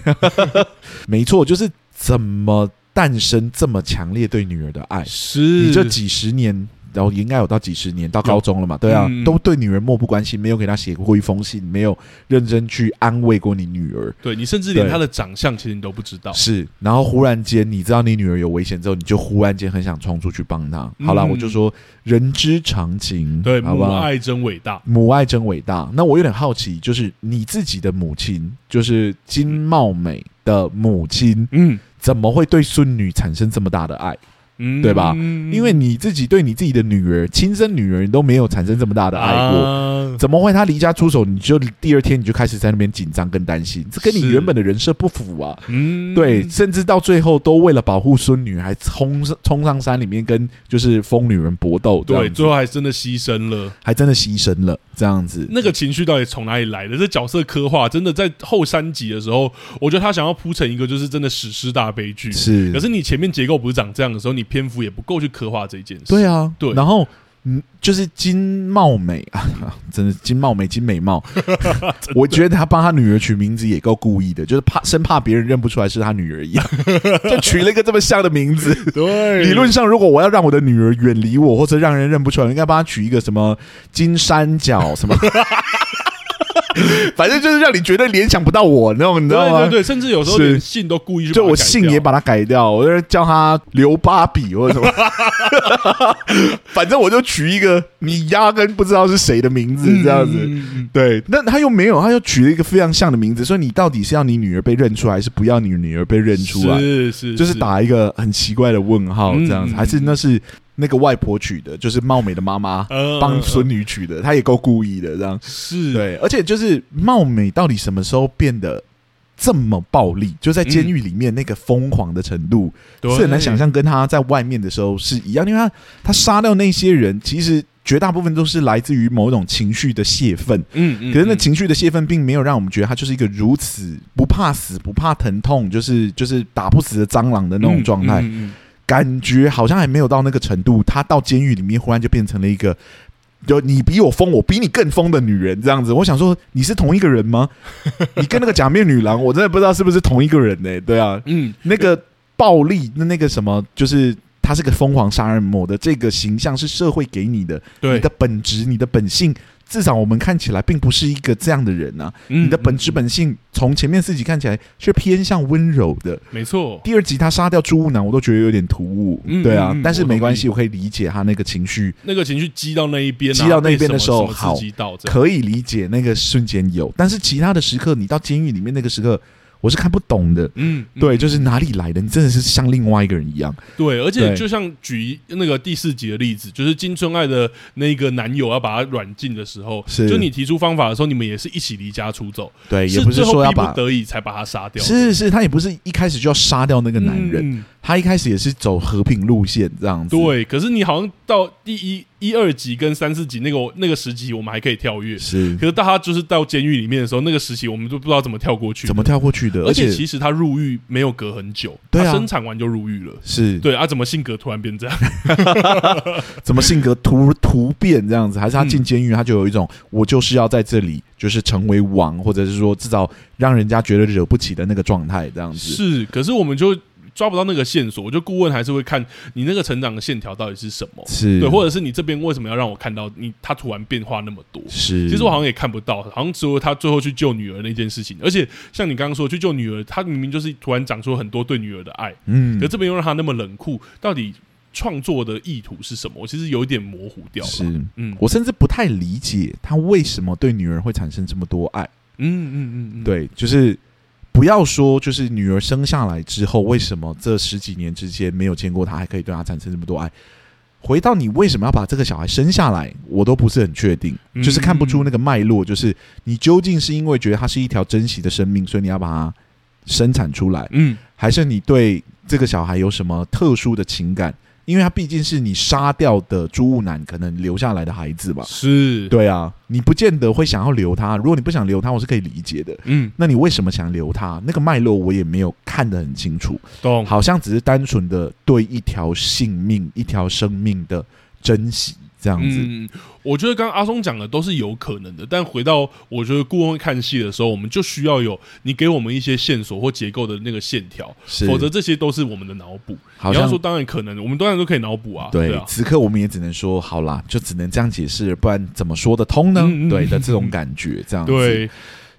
Speaker 1: 没错，就是怎么诞生这么强烈对女儿的爱？
Speaker 2: 是
Speaker 1: 你这几十年然后应该有到几十年，到高中了嘛，对啊，
Speaker 2: 嗯
Speaker 1: 都对女人漠不关心，没有给她写过一封信，没有认真去安慰过你女儿，
Speaker 2: 对你甚至连
Speaker 1: 对
Speaker 2: 他的长相其实你都不知道。
Speaker 1: 是，然后忽然间你知道你女儿有危险之后，你就忽然间很想冲出去帮她。好啦，
Speaker 2: 嗯
Speaker 1: 我就说人之常情，
Speaker 2: 对，
Speaker 1: 好不
Speaker 2: 母
Speaker 1: 好？
Speaker 2: 爱真伟大。
Speaker 1: 母爱真伟大。那我有点好奇，就是你自己的母亲，就是金茂美的母亲，
Speaker 2: 嗯
Speaker 1: 怎么会对孙女产生这么大的爱？
Speaker 2: 嗯
Speaker 1: 对吧因为你自己对你自己的女儿，亲生女儿你都没有产生这么大的爱过，
Speaker 2: 啊
Speaker 1: 怎么会她离家出走，你就第二天你就开始在那边紧张跟担心？这跟你
Speaker 2: 是
Speaker 1: 原本的人设不符啊！
Speaker 2: 嗯
Speaker 1: 对，甚至到最后都为了保护孙女，还冲上冲上山里面跟就是疯女人搏斗，这
Speaker 2: 对，
Speaker 1: 样子
Speaker 2: 最后还真的牺牲了。
Speaker 1: 还真的牺牲了这样子。
Speaker 2: 那个情绪到底从哪里来的？这角色刻画真的在后三集的时候，我觉得他想要铺成一个就是真的史诗大悲剧。
Speaker 1: 是
Speaker 2: 可，是你前面结构不是长这样的时候，你篇幅也不够去刻画这一件事。
Speaker 1: 对，啊，
Speaker 2: 对
Speaker 1: 然后。嗯，就是金茂美啊，真的金茂美、金美 貌，我觉得他帮他女儿取名字也够故意的，就是怕生怕别人认不出来是他女儿 一样，就取了一个这么像的名字。
Speaker 2: 对，
Speaker 1: 理论上，如果我要让我的女儿远离我，或者让人认不出来，我应该帮她取一个什么金三角什么， 反正就是让你绝对联想不到我那种，你知道
Speaker 2: 对
Speaker 1: 吗？
Speaker 2: 对对，甚至有时候
Speaker 1: 是
Speaker 2: 连信都故意去
Speaker 1: 就
Speaker 2: 把它
Speaker 1: 我
Speaker 2: 改
Speaker 1: 姓
Speaker 2: 掉
Speaker 1: 也把它改掉，我就叫她刘芭比或者什么， 反正我就取一个你压根不知道是谁的名字这样子。
Speaker 2: 嗯嗯
Speaker 1: 对，那他又没有，他又取了一个非常像的名字，所以你到底是要你女儿被认出来，还是不要你女儿被认出来？
Speaker 2: 是是，
Speaker 1: 就是打一个很奇怪的问号这样子，
Speaker 2: 嗯
Speaker 1: 还是那是那个外婆取的，就是貌美的妈妈
Speaker 2: 呃
Speaker 1: 帮孙女取的，她也够故意的这样。
Speaker 2: 是，
Speaker 1: 对，而且就是貌美到底什么时候变得这么暴力？就在监狱里面那个疯狂的程度，
Speaker 2: 对
Speaker 1: 是很难想。象跟她在外面的时候是一样，因为她她杀掉那些人，其实绝大部分都是来自于某种情绪的泄愤。
Speaker 2: 嗯嗯，
Speaker 1: 可是那
Speaker 2: 嗯
Speaker 1: 情绪的泄愤，并没有让我们觉得他就是一个如此不怕死、不怕疼痛，就是就是打不死的蟑螂的那种状态，
Speaker 2: 嗯嗯嗯
Speaker 1: 感觉好像还没有到那个程度。他到监狱里面，忽然就变成了一个。就你比我疯，我比你更疯的女人，这样子，我想说你是同一个人吗？你跟那个假面女郎，我真的不知道是不是同一个人呢、对啊，
Speaker 2: 嗯，
Speaker 1: 那个暴力，那那个什么，就是他是个疯狂杀人魔的这个形象是社会给你的，
Speaker 2: 对
Speaker 1: 你的本质、你的本性，至少我们看起来并不是一个这样的人啊。
Speaker 2: 你
Speaker 1: 你的本
Speaker 2: 嗯
Speaker 1: 质本性，从前面四集看起来是偏向温柔的。
Speaker 2: 没错，
Speaker 1: 第二集他杀掉朱雾男，我都觉得有点突兀，
Speaker 2: 嗯
Speaker 1: 对啊
Speaker 2: 嗯嗯。
Speaker 1: 但是
Speaker 2: 我同
Speaker 1: 没
Speaker 2: 意
Speaker 1: 关系，我可以理解他那个情绪，
Speaker 2: 那个情绪激到那一边啊，
Speaker 1: 激到那
Speaker 2: 被
Speaker 1: 边的时
Speaker 2: 什么
Speaker 1: 候
Speaker 2: 什么
Speaker 1: 好
Speaker 2: 刺激到这样，
Speaker 1: 可以理解那个瞬间有，但是其他的时刻，你到监狱里面那个时刻，我是看不懂的。
Speaker 2: 嗯，嗯
Speaker 1: 对，就是哪里来的？你真的是像另外一个人一样。
Speaker 2: 对，而且
Speaker 1: 对
Speaker 2: 就像举一那个第四集的例子，就是金春爱的那个男友要把她软禁的时候，
Speaker 1: 是
Speaker 2: 就你提出方法的时候，你们也是一起离家出走，
Speaker 1: 对，也
Speaker 2: 是
Speaker 1: 不是
Speaker 2: 最后
Speaker 1: 说要
Speaker 2: 逼
Speaker 1: 把
Speaker 2: 不，得已才把他杀掉，
Speaker 1: 是是，他也不是一开始就要杀掉那个男人，
Speaker 2: 嗯
Speaker 1: 他一开始也是走和平路线这样子。
Speaker 2: 对，可是你好像到第一、一二集跟三四集那个那个时期，我们还可以跳跃。
Speaker 1: 是
Speaker 2: 可是到他就是到监狱里面的时候，那个时期我们就不知道怎么跳过去。
Speaker 1: 怎么？跳过去的？
Speaker 2: 而
Speaker 1: 而
Speaker 2: 且
Speaker 1: 且
Speaker 2: 其实他入狱没有隔很久，
Speaker 1: 对啊
Speaker 2: 他生产完就入狱了。
Speaker 1: 是
Speaker 2: 对啊，怎么性格突然变这样？
Speaker 1: 怎么性格突突变这样子，还是他
Speaker 2: 嗯
Speaker 1: 进监狱他就有一种我就是要在这里就是成为王，或者是说至少让人家觉得惹不起的那个状态这样子。
Speaker 2: 是，可是我们就抓不到那个线索。我觉得顾问还是会看你那个成长的线条到底是什么，
Speaker 1: 是，
Speaker 2: 对，或者是你这边为什么要让我看到你他突然变化那么多？
Speaker 1: 是，
Speaker 2: 其实我好像也看不到，好像只有他最后去救女儿那件事情。而且像你刚刚说去救女儿，他明明就是突然长出很多对女儿的爱，
Speaker 1: 嗯
Speaker 2: 可，这边又让他那么冷酷，到底创作的意图是什么？我其实有一点模糊掉了。
Speaker 1: 是
Speaker 2: 嗯
Speaker 1: 我甚至不太理解他为什么对女儿会产生这么多爱。
Speaker 2: 嗯嗯嗯嗯，
Speaker 1: 对，就是不要说，就是女儿生下来之后，为什么这十几年之间没有见过她，还可以对她产生这么多爱？回到你为什么要把这个小孩生下来，我都不是很确定，
Speaker 2: 嗯
Speaker 1: 就是看不出那个脉络，就是你究竟是因为觉得它是一条珍惜的生命，所以你要把它生产出来，
Speaker 2: 嗯，
Speaker 1: 还是你对这个小孩有什么特殊的情感？因为他毕竟是你杀掉的朱雾男可能留下来的孩子吧？
Speaker 2: 是，，
Speaker 1: 对啊，你不见得会想要留他。如果你不想留他，我是可以理解的。
Speaker 2: 嗯，
Speaker 1: 那你为什么想留他？那个脉络我也没有看得很清楚，
Speaker 2: 懂，
Speaker 1: 好像只是单纯的对一条性命、一条生命的珍惜这样子。
Speaker 2: 嗯，我觉得刚刚阿松讲的都是有可能的，但回到我觉得顾问会看戏的时候，我们就需要有你给我们一些线索或结构的那个线条，
Speaker 1: 是，
Speaker 2: 否则这些都是我们的脑补。
Speaker 1: 好
Speaker 2: 你要
Speaker 1: 像
Speaker 2: 说当然可能，我们当然都可以脑补啊，
Speaker 1: 对，
Speaker 2: 啊。
Speaker 1: 此刻我们也只能说好啦，就只能这样解释，不然怎么说得通呢？
Speaker 2: 嗯嗯
Speaker 1: 对的，
Speaker 2: 嗯
Speaker 1: 这种感觉这样子。，
Speaker 2: 对，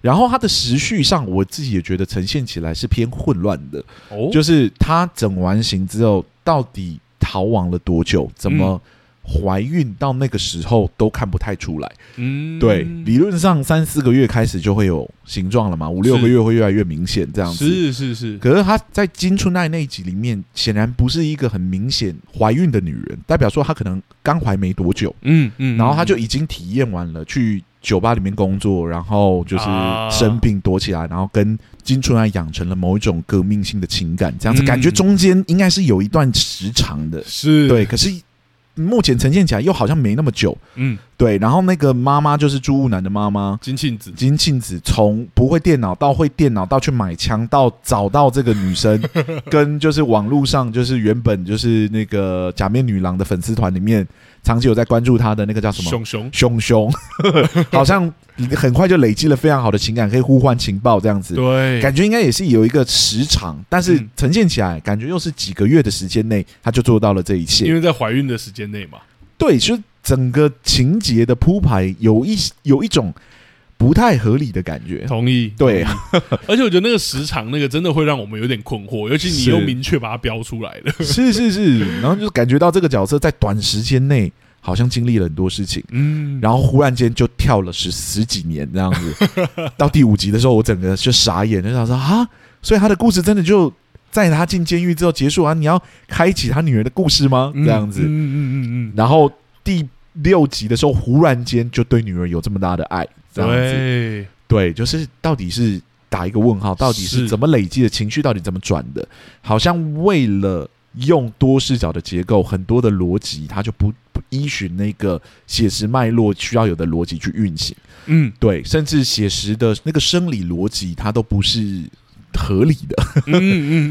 Speaker 1: 然后它的时序上，我自己也觉得呈现起来是偏混乱的，
Speaker 2: 哦，
Speaker 1: 就是他整完刑之后，到底逃亡了多久，怎
Speaker 2: 嗯
Speaker 1: 么怀孕到那个时候都看不太出来。
Speaker 2: 嗯，
Speaker 1: 对，理论上三四个月开始就会有形状了嘛，五六个月会越来越明显这样子。
Speaker 2: 是是是，
Speaker 1: 可是她在金春奈那一集里面，显然不是一个很明显怀孕的女人，代表说她可能刚怀没多久，
Speaker 2: 嗯嗯，
Speaker 1: 然后她就已经体验完了去酒吧里面工作，然后就是
Speaker 2: 啊
Speaker 1: 生病躲起来，然后跟金春奈养成了某一种革命性的情感，这样子
Speaker 2: 嗯
Speaker 1: 感觉中间应该是有一段时长的，
Speaker 2: 是，
Speaker 1: 对。可是目前呈现起来又好像没那么久，
Speaker 2: 嗯，
Speaker 1: 对。然后那个妈妈就是朱雾男的妈妈，
Speaker 2: 金庆子，
Speaker 1: 金庆子从不会电脑到会电脑，到去买枪，到找到这个女 生，跟就是网络上就是原本就是那个假面女郎的粉丝团里面，长期有在关注她的那个叫什么
Speaker 2: 熊熊，
Speaker 1: 熊熊， 好像很快就累积了非常好的情感，可以互换情报这样子。
Speaker 2: 对，
Speaker 1: 感觉应该也是有一个时长，但是
Speaker 2: 嗯
Speaker 1: 呈现起来感觉又是几个月的时间内，她就做到了这一切
Speaker 2: 因。为在怀孕的时间内嘛，
Speaker 1: 对，就是整个情节的铺排有一有一种不太合理的感觉。
Speaker 2: 同意。
Speaker 1: 对，
Speaker 2: 而且我觉得那个时长那个真的会让我们有点困惑，尤其你
Speaker 1: 是
Speaker 2: 又明确把它标出来 了。
Speaker 1: 是是是，然后就是感觉到这个角色在短时间内好像经历了很多事情，
Speaker 2: 嗯，
Speaker 1: 然后忽然间就跳了十十几年这样 子。到第五集的时候，我整个就傻眼，就想说啊，所以他的故事真的就在他进监狱之后结束啊？你要开启他女儿的故事吗？这样子。
Speaker 2: 嗯嗯嗯嗯嗯，
Speaker 1: 然后第六集的时候，忽然间就对女儿有这么大的爱，这样子。
Speaker 2: 对，
Speaker 1: 对，就是到底是打一个问号，到底是
Speaker 2: 是
Speaker 1: 怎么累积的情绪，到底怎么转的？好像为了用多视角的结构，很多的逻辑，它就不不依循那个写实脉络需要有的逻辑去运行。
Speaker 2: 嗯
Speaker 1: 对，甚至写实的那个生理逻辑，它都不是。合理的，
Speaker 2: 嗯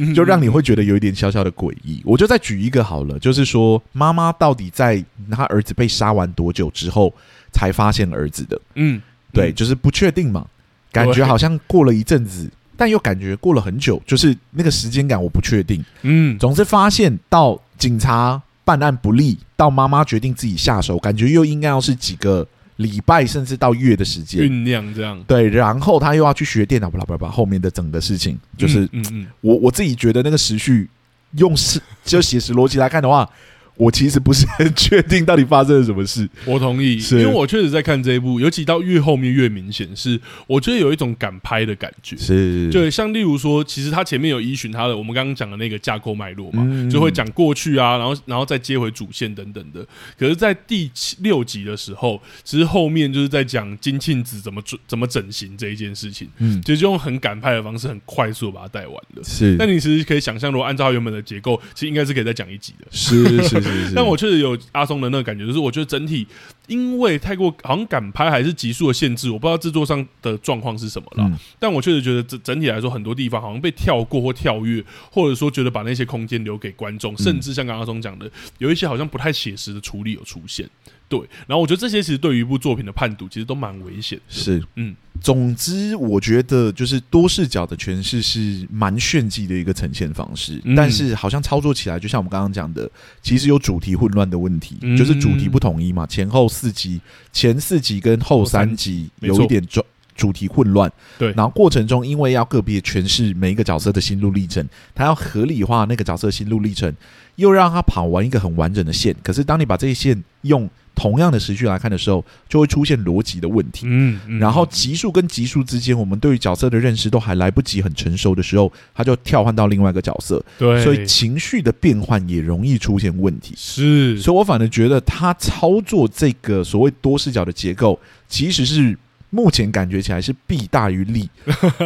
Speaker 2: 嗯嗯，
Speaker 1: 就让你会觉得有一点小小的诡异。我就再举一个好了，就是说妈妈到底在她儿子被杀完多久之后才发现儿子的？
Speaker 2: 嗯，
Speaker 1: 对，
Speaker 2: 嗯
Speaker 1: 就是不确定嘛，感觉
Speaker 2: 对
Speaker 1: 好像过了一阵子，但又感觉过了很久，就是那个时间感我不确定。
Speaker 2: 嗯，
Speaker 1: 总之发现到警察办案不力，到妈妈决定自己下手，感觉又应该要是几个礼拜甚至到月的时间。
Speaker 2: 酝酿这样，
Speaker 1: 对，然后他又要去学电脑，巴拉巴拉巴拉，后面的整个事情就是
Speaker 2: 嗯嗯
Speaker 1: 我我自己觉得那个时序用是 就写实逻辑来看的话，我其实不是很确定到底发生了什么事。
Speaker 2: 嗯，我同意，
Speaker 1: 是
Speaker 2: 因为我确实在看这一部，尤其到越后面越明显，是我觉得有一种敢拍的感觉。
Speaker 1: 是
Speaker 2: 对，像例如说，其实它前面有依循它的我们刚刚讲的那个架构脉络嘛，
Speaker 1: 嗯
Speaker 2: 就会讲过去啊，然后然后再接回主线等等的。可是，在第七六集的时候，其实后面就是在讲金庆子怎么准怎么整形这一件事情，
Speaker 1: 嗯，
Speaker 2: 其实就用很赶派的方式，很快速地把它带完了。
Speaker 1: 是
Speaker 2: 但你其实可以想象，如果按照它原本的结构，其实应该是可以再讲一集的。
Speaker 1: 是是是 是，
Speaker 2: 但我确实有阿松的那个感觉，就是我觉得整体因为太过好像赶拍还是集数的限制，我不知道制作上的状况是什么啦。
Speaker 1: 嗯
Speaker 2: 但我确实觉得整整体来说，很多地方好像被跳过或跳跃，或者说觉得把那些空间留给观众，甚至像刚刚阿松讲的，有一些好像不太写实的处理有出现。对，然后我觉得这些其实对于一部作品的判读，其实都蛮危险的。
Speaker 1: 是，
Speaker 2: 嗯，
Speaker 1: 总之我觉得就是多视角的诠释是蛮炫技的一个呈现方式，
Speaker 2: 嗯
Speaker 1: 但是好像操作起来，就像我们刚刚讲的，其实有主题混乱的问题，
Speaker 2: 嗯
Speaker 1: 就是主题不统一嘛，前后四集，前四集跟后三集
Speaker 2: 嗯后三集没错
Speaker 1: 有一点主主题混乱，
Speaker 2: 对
Speaker 1: 然后过程中因为要个别诠释每一个角色的心路历程，他要合理化那个角色的心路历程，又让他跑完一个很完整的线，可是当你把这一线用同样的时序来看的时候，就会出现逻辑的问题，
Speaker 2: 嗯，嗯
Speaker 1: 然后级数跟级数之间，我们对于角色的认识都还来不及很成熟的时候，他就跳换到另外一个角色，
Speaker 2: 对，
Speaker 1: 所以情绪的变换也容易出现问题。
Speaker 2: 是
Speaker 1: 所以我反而觉得他操作这个所谓多视角的结构，其实是目前感觉起来是弊大于 利，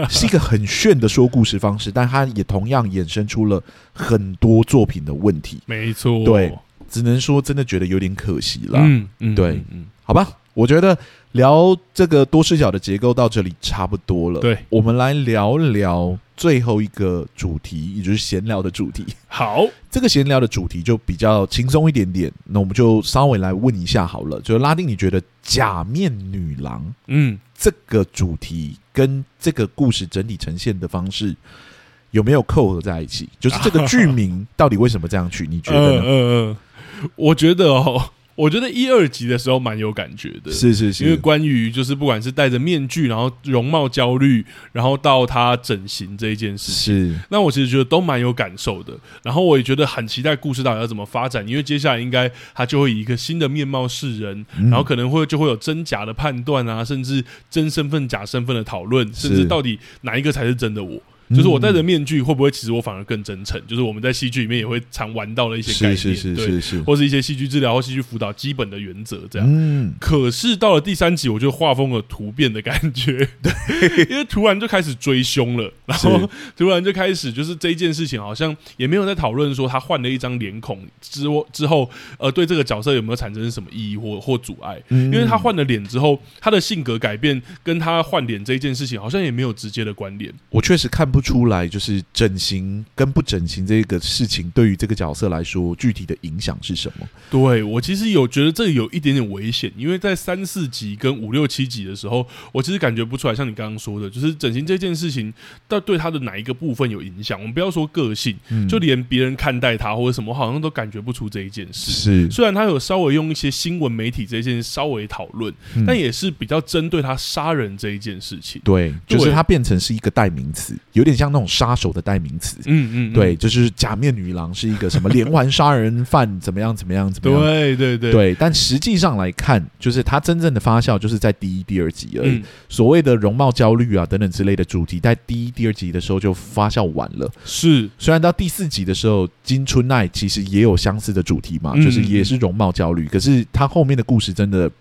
Speaker 1: 是一个很炫的说故事方式，但它也同样衍生出了很多作品的问题，
Speaker 2: 没错，
Speaker 1: 对只能说真的觉得有点可惜啦。
Speaker 2: 嗯嗯，
Speaker 1: 对
Speaker 2: 嗯，嗯
Speaker 1: 好吧，我觉得聊这个多视角的结构到这里差不多了。
Speaker 2: 嗯对，
Speaker 1: 我们来聊聊最后一个主题，也就是闲聊的主题。
Speaker 2: 好，
Speaker 1: 这个闲聊的主题就比较轻松一点点，那我们就稍微来问一下好了。就是拉丁，你觉得假面女郎
Speaker 2: 嗯，
Speaker 1: 这个主题跟这个故事整体呈现的方式有没有扣合在一起？ 就是这个剧名到底为什么这样取？你觉得
Speaker 2: 嗯
Speaker 1: 呢？
Speaker 2: 嗯嗯，我觉得哦， 我觉得一二集的时候蛮有感觉的，
Speaker 1: 是是
Speaker 2: 因为
Speaker 1: 是，
Speaker 2: 关于就是不管是戴着面具，然后容貌焦虑，然后到他整形这一件事情，
Speaker 1: 是
Speaker 2: 那我其实觉得都蛮有感受的。然后我也觉得很期待故事到底要怎么发展，因为接下来应该他就会以一个新的面貌示人，
Speaker 1: 嗯
Speaker 2: 然后可能会就会有真假的判断啊，甚至真身份假身份的讨论，
Speaker 1: 是
Speaker 2: 甚至到底哪一个才是真的我。就是我戴着
Speaker 1: 嗯
Speaker 2: 面具，会不会其实我反而更真诚？就是我们在戏剧里面也会常玩到的一些概
Speaker 1: 是
Speaker 2: 念，
Speaker 1: 是是
Speaker 2: 对，
Speaker 1: 是是，
Speaker 2: 或是一些戏剧治疗或戏剧辅导基本的原则这样。
Speaker 1: 嗯，
Speaker 2: 可是到了第三集，我就画风有突变的感觉，对，因为突然就开始追凶了，然后突然就开始就是这一件事情，好像也没有在讨论说他换了一张脸孔之后之后，呃，对这个角色有没有产生什么意义或或阻碍？
Speaker 1: 因
Speaker 2: 因为他换了脸之后，他的性格改变跟他换脸这一件事情好像也没有直接的关联。
Speaker 1: 我确实看不出来，就是整形跟不整形这个事情对于这个角色来说具体的影响是什么。
Speaker 2: 对我其实有觉得这有一点点危险，因为在三四集跟五六七集的时候，我其实感觉不出来，像你刚刚说的，就是整形这件事情到对他的哪一个部分有影响。我们不要说个性，
Speaker 1: 嗯
Speaker 2: 就连别人看待他或者什么，我好像都感觉不出这一件事。
Speaker 1: 是，
Speaker 2: 虽然他有稍微用一些新闻媒体这件事稍微讨论，
Speaker 1: 嗯
Speaker 2: 但也是比较针对他杀人这一件事情。
Speaker 1: 对，
Speaker 2: 对
Speaker 1: 就是它变成是一个代名词，有点像那种杀手的代名词。
Speaker 2: 嗯嗯，嗯
Speaker 1: 对，就是假面女郎是一个什么连环杀人犯，怎么样怎么样怎么样。
Speaker 2: 对对对，
Speaker 1: 对，但实际上来看，就是它真正的发酵就是在第一、第二集而已。
Speaker 2: 嗯，
Speaker 1: 所谓的容貌焦虑啊等等之类的主题，在第一、第二集的时候就发酵完了。
Speaker 2: 是
Speaker 1: 虽然到第四集的时候，金春奈其实也有相似的主题嘛，
Speaker 2: 嗯
Speaker 1: 就是也是容貌焦虑，可是她后面的故事真的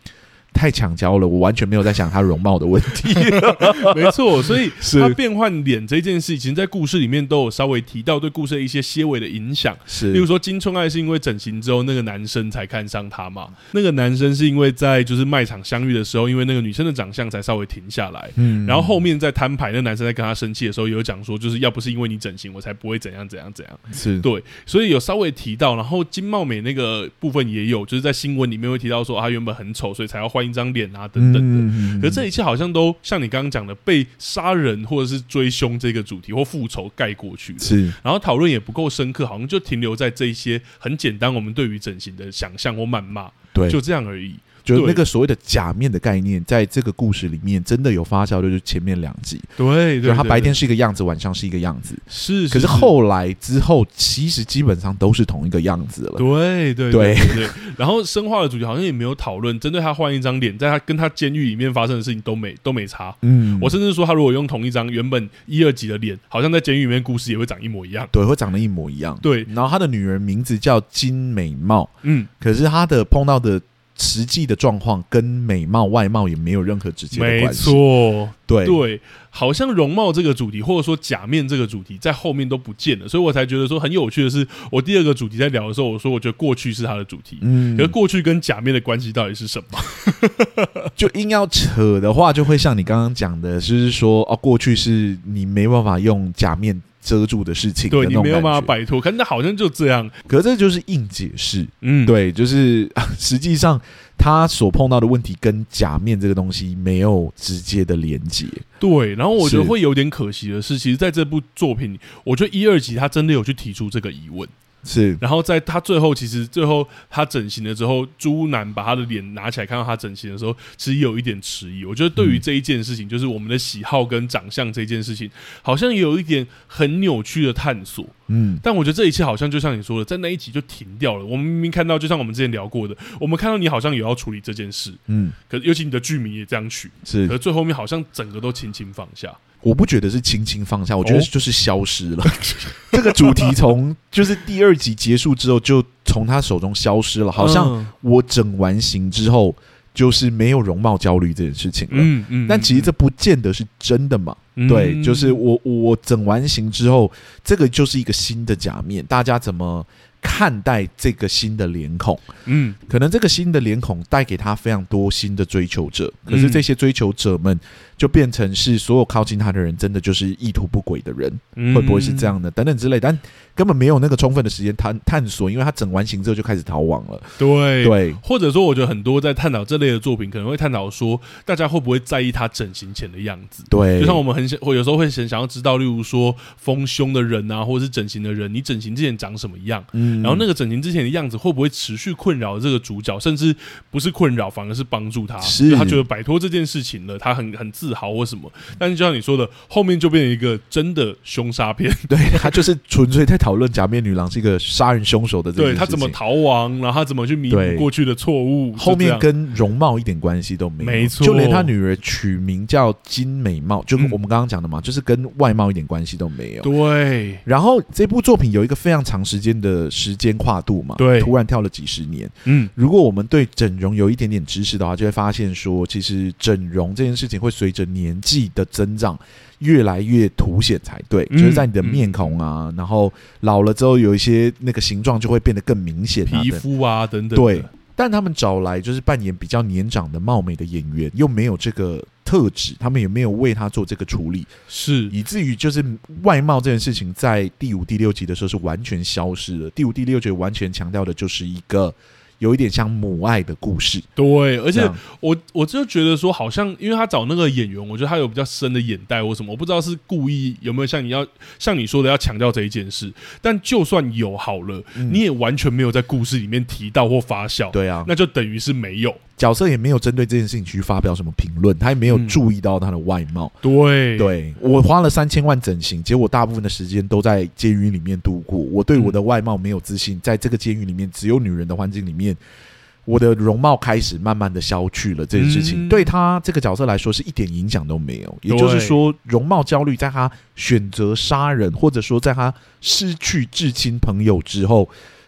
Speaker 1: 太抢焦了，我完全没有在想她容貌的问题。
Speaker 2: 没错，所以
Speaker 1: 是
Speaker 2: 他变换脸这件事情，在故事里面都有稍微提到对故事的一些些微的影响。
Speaker 1: 是
Speaker 2: 例如说，金春爱 是因为整形之后，那个男生才看上她嘛。那个男生是因为在就是卖场相遇的时候，因为那个女生的长相才稍微停下来。
Speaker 1: 嗯
Speaker 2: 然后后面在摊牌，那男生在跟她生气的时候，也有讲说，就是要不是因为你整形，我才不会怎样怎样怎样。
Speaker 1: 嗯是
Speaker 2: 对，所以有稍微提到，然后金茂美那个部分也有，就是在新闻里面会提到说，啊她原本很丑，所以才要换一张脸啊，等等的。
Speaker 1: 嗯
Speaker 2: 可这一切好像都像你刚刚讲的，被杀人或者是追凶这个主题或复仇盖过去了。
Speaker 1: 是
Speaker 2: 然后讨论也不够深刻，好像就停留在这一些很简单，我们对于整形的想象或谩骂，
Speaker 1: 对，
Speaker 2: 就这样而已。
Speaker 1: 就是
Speaker 2: 对
Speaker 1: 那个所谓的假面的概念，在这个故事里面真的有发酵，就是前面两集，
Speaker 2: 对
Speaker 1: 就是他白天是一个样子，晚上是一个样子，
Speaker 2: 是，
Speaker 1: 可是后来之后，其实基本上都是同一个样子了。
Speaker 2: 对对
Speaker 1: 对
Speaker 2: 对对。然后生化的主角好像也没有讨论，针对他换一张脸，在他跟他监狱里面发生的事情都没都没差。
Speaker 1: 嗯
Speaker 2: 我甚至说，他如果用同一张原本一二级的脸，好像在监狱里面故事也会长一模一样。
Speaker 1: 对会长得一模一样。
Speaker 2: 对，
Speaker 1: 然后他的女人名字叫金美貌，
Speaker 2: 嗯，
Speaker 1: 可是他的碰到的实际的状况跟美貌外貌也没有任何直接的
Speaker 2: 没
Speaker 1: 关系。
Speaker 2: 错，
Speaker 1: 对
Speaker 2: 对，好像容貌这个主题，或者说假面这个主题，在后面都不见了，所以我才觉得说很有趣的是，我第二个主题在聊的时候，我说我觉得过去是它的主题，
Speaker 1: 嗯
Speaker 2: 可是，过去跟假面的关系到底是什么？
Speaker 1: 就硬要扯的话，就会像你刚刚讲的，就是说哦，过去是你没办法用假面遮住的事情的
Speaker 2: 对
Speaker 1: 那
Speaker 2: 你
Speaker 1: 种
Speaker 2: 没有办法
Speaker 1: 感觉
Speaker 2: 摆脱，可是那好像就这样，
Speaker 1: 可这就是硬解释，
Speaker 2: 嗯，，
Speaker 1: 对，就是啊实际上他所碰到的问题跟假面这个东西没有直接的连接，
Speaker 2: 对。然后我觉得
Speaker 1: 是
Speaker 2: 会有点可惜的是，其实在这部作品，我觉得一二集他真的有去提出这个疑问，
Speaker 1: 是
Speaker 2: 然后在他最后，其实最后他整形了之后，朱南把他的脸拿起来看到他整形的时候，其实也有一点迟疑。我觉得对于这一件事情，就是我们的喜好跟长相这件事情，好像有一点很扭曲的探索。
Speaker 1: 嗯，
Speaker 2: 但我觉得这一切好像就像你说的，在那一集就停掉了。我们明明看到，就像我们之前聊过的，我们看到你好像也要处理这件事，
Speaker 1: 嗯，
Speaker 2: 可尤其你的剧名也这样取，
Speaker 1: 是
Speaker 2: 可最后面好像整个都轻轻放下。
Speaker 1: 我不觉得是轻轻放下，我觉得
Speaker 2: 哦
Speaker 1: 就是消失 了。这个主题从就是第二集结束之后，就从他手中消失了，好像
Speaker 2: 嗯
Speaker 1: 我整完形之后，就是没有容貌焦虑这件事情了。
Speaker 2: 嗯嗯，
Speaker 1: 但其实
Speaker 2: 嗯
Speaker 1: 这不见得是真的嘛，
Speaker 2: 嗯
Speaker 1: 对，就是我我整完刑之后，这个就是一个新的假面，大家怎么看待这个新的脸孔？
Speaker 2: 嗯
Speaker 1: 可能这个新的脸孔带给他非常多新的追求者，
Speaker 2: 嗯
Speaker 1: 可是这些追求者们就变成是所有靠近他的人，真的就是意图不轨的人，
Speaker 2: 嗯
Speaker 1: 会不会是这？样的？等等之类，但根本没有那个充分的时间探探索，因为他整完刑之后就开始逃亡了。
Speaker 2: 对。
Speaker 1: 对，
Speaker 2: 或者说，我觉得很多在探讨这类的作品，可能会探讨说，大家会不会在意他整形前的样子？
Speaker 1: 对，
Speaker 2: 就像我们很想，或有时候会很想要知道，例如说丰胸的人啊，或者是整形的人，你整形之前长什么样？
Speaker 1: 嗯
Speaker 2: 然后那个整形之前的样子会不会持续困扰这个主角，甚至不是困扰，反而是帮助他，
Speaker 1: 是
Speaker 2: 就他觉得摆脱这件事情了，他很很自豪或什么。但是就像你说的，后面就变成一个真的凶杀片，
Speaker 1: 对 他就是纯粹在讨论假面女郎是一个杀人凶手的这件
Speaker 2: 对
Speaker 1: 事情。
Speaker 2: 他怎么逃亡，然后他怎么去弥补
Speaker 1: 对
Speaker 2: 过去的错误，
Speaker 1: 后
Speaker 2: 就这
Speaker 1: 面
Speaker 2: 样
Speaker 1: 跟容貌一点关系都没有，
Speaker 2: 没错
Speaker 1: 就连他女儿取名叫金美貌，就跟
Speaker 2: 嗯
Speaker 1: 我们刚刚讲的嘛，就是跟外貌一点关系都没有。
Speaker 2: 对，
Speaker 1: 然后这部作品有一个非常长时间的时间跨度嘛，
Speaker 2: 对
Speaker 1: 突然跳了几十年。
Speaker 2: 嗯
Speaker 1: 如果我们对整容有一点点知识的话，就会发现说，其实整容这件事情会随着年纪的增长越来越凸显才对，
Speaker 2: 嗯
Speaker 1: 就是在你的面孔啊，然后老了之后有一些那个形状就会变得更明显啊，
Speaker 2: 皮
Speaker 1: 等
Speaker 2: 肤啊等等，
Speaker 1: 对，，但他们找来就是扮演比较年长的貌美的演员，又没有这个特质，他们也没有为他做这个处理，
Speaker 2: 是
Speaker 1: 以至于就是外貌这件事情在第五、第六集的时候是完全消失了。第五、第六集完全强调的就是一个有一点像母爱的故事，
Speaker 2: 对，而
Speaker 1: 而
Speaker 2: 且我我就觉得说，好像因为他找那个演员，我觉得他有比较深的眼袋或什么，我不知道是故意有没有像你要像你说的要强调这一件事。但就算有好了，你也完全没有在故事里面提到或发酵，
Speaker 1: 对啊，
Speaker 2: 那就等于是没有。
Speaker 1: 角色也没有针对这件事情去发表什么评论，他也没有
Speaker 2: 嗯
Speaker 1: 注意到他的外貌。
Speaker 2: 对
Speaker 1: 对我花了三千万整形，结果大部分的时间都在监狱里面度过。我对我的外貌没有自信，在这个监狱里面，只有女人的环境里面，我的容貌开始慢慢的消去了。这件事情、
Speaker 2: 嗯
Speaker 1: 对他这个角色来说是一点影响都没有。也就是说，容貌焦虑在他选择杀人，或者说在他失去至亲朋友之后。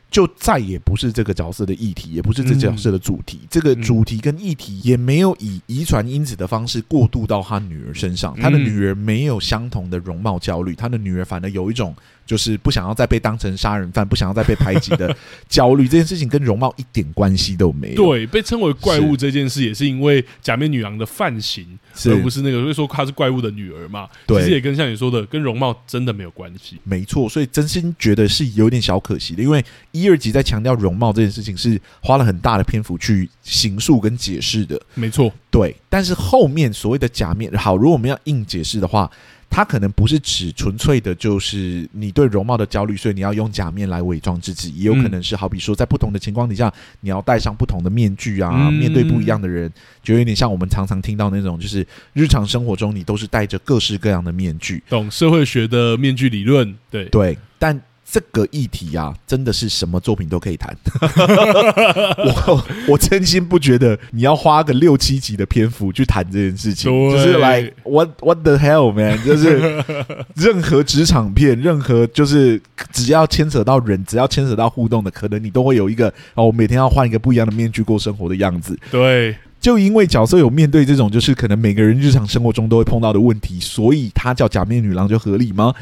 Speaker 1: 就再也不是这个角色的议题，也不是这角色的主题。这个主题跟议题也没有以遗传因子的方式过渡到他女儿身上。
Speaker 2: 嗯
Speaker 1: 他的女儿没有相同的容貌焦虑，他的女儿反而有一种就是不想要再被当成杀人犯，不想要再被排挤 的焦虑。这件事情跟容貌一点关系都没有。，
Speaker 2: 对，被称为怪物这件事，也是因为假面女郎的犯行，而不
Speaker 1: 是
Speaker 2: 是那个会说她是怪物的女儿嘛。
Speaker 1: 对
Speaker 2: 其实也跟像你说的，跟容貌真的没有关系。
Speaker 1: 没错。所以真心觉得是有点小可惜的，因为一二集在强调容貌这件事情是花了很大的篇幅去形述跟解释的。
Speaker 2: 没错，
Speaker 1: 对，但是后面所谓的假面，好，如果我们要硬解释的话，它可能不是指纯粹的，就是你对容貌的焦虑，所以你要用假面来伪装自己，也有可能是好比说，在不同的情况底下，你要戴上不同的面具啊，
Speaker 2: 嗯
Speaker 1: 面对不一样的人，就有点像我们常常听到那种，就是日常生活中你都是戴着各式各样的面具，
Speaker 2: 懂社会学的面具理论，对，
Speaker 1: 对，但。这个议题啊，真的是什么作品都可以谈。 我我真心不觉得你要花个六七集的篇幅去谈这件事情，
Speaker 2: 对
Speaker 1: 就是来 what what the hell man，就是 任何职场片，任何就是只要牵扯到人，只要牵扯到互动的，可能你都会有一个哦，我每天要换一个不一样的面具过生活的样子。
Speaker 2: 对，
Speaker 1: 就因为角色有面对这种，就是可能每个人日常生活中都会碰到的问题，所以她叫假面女郎就合理吗？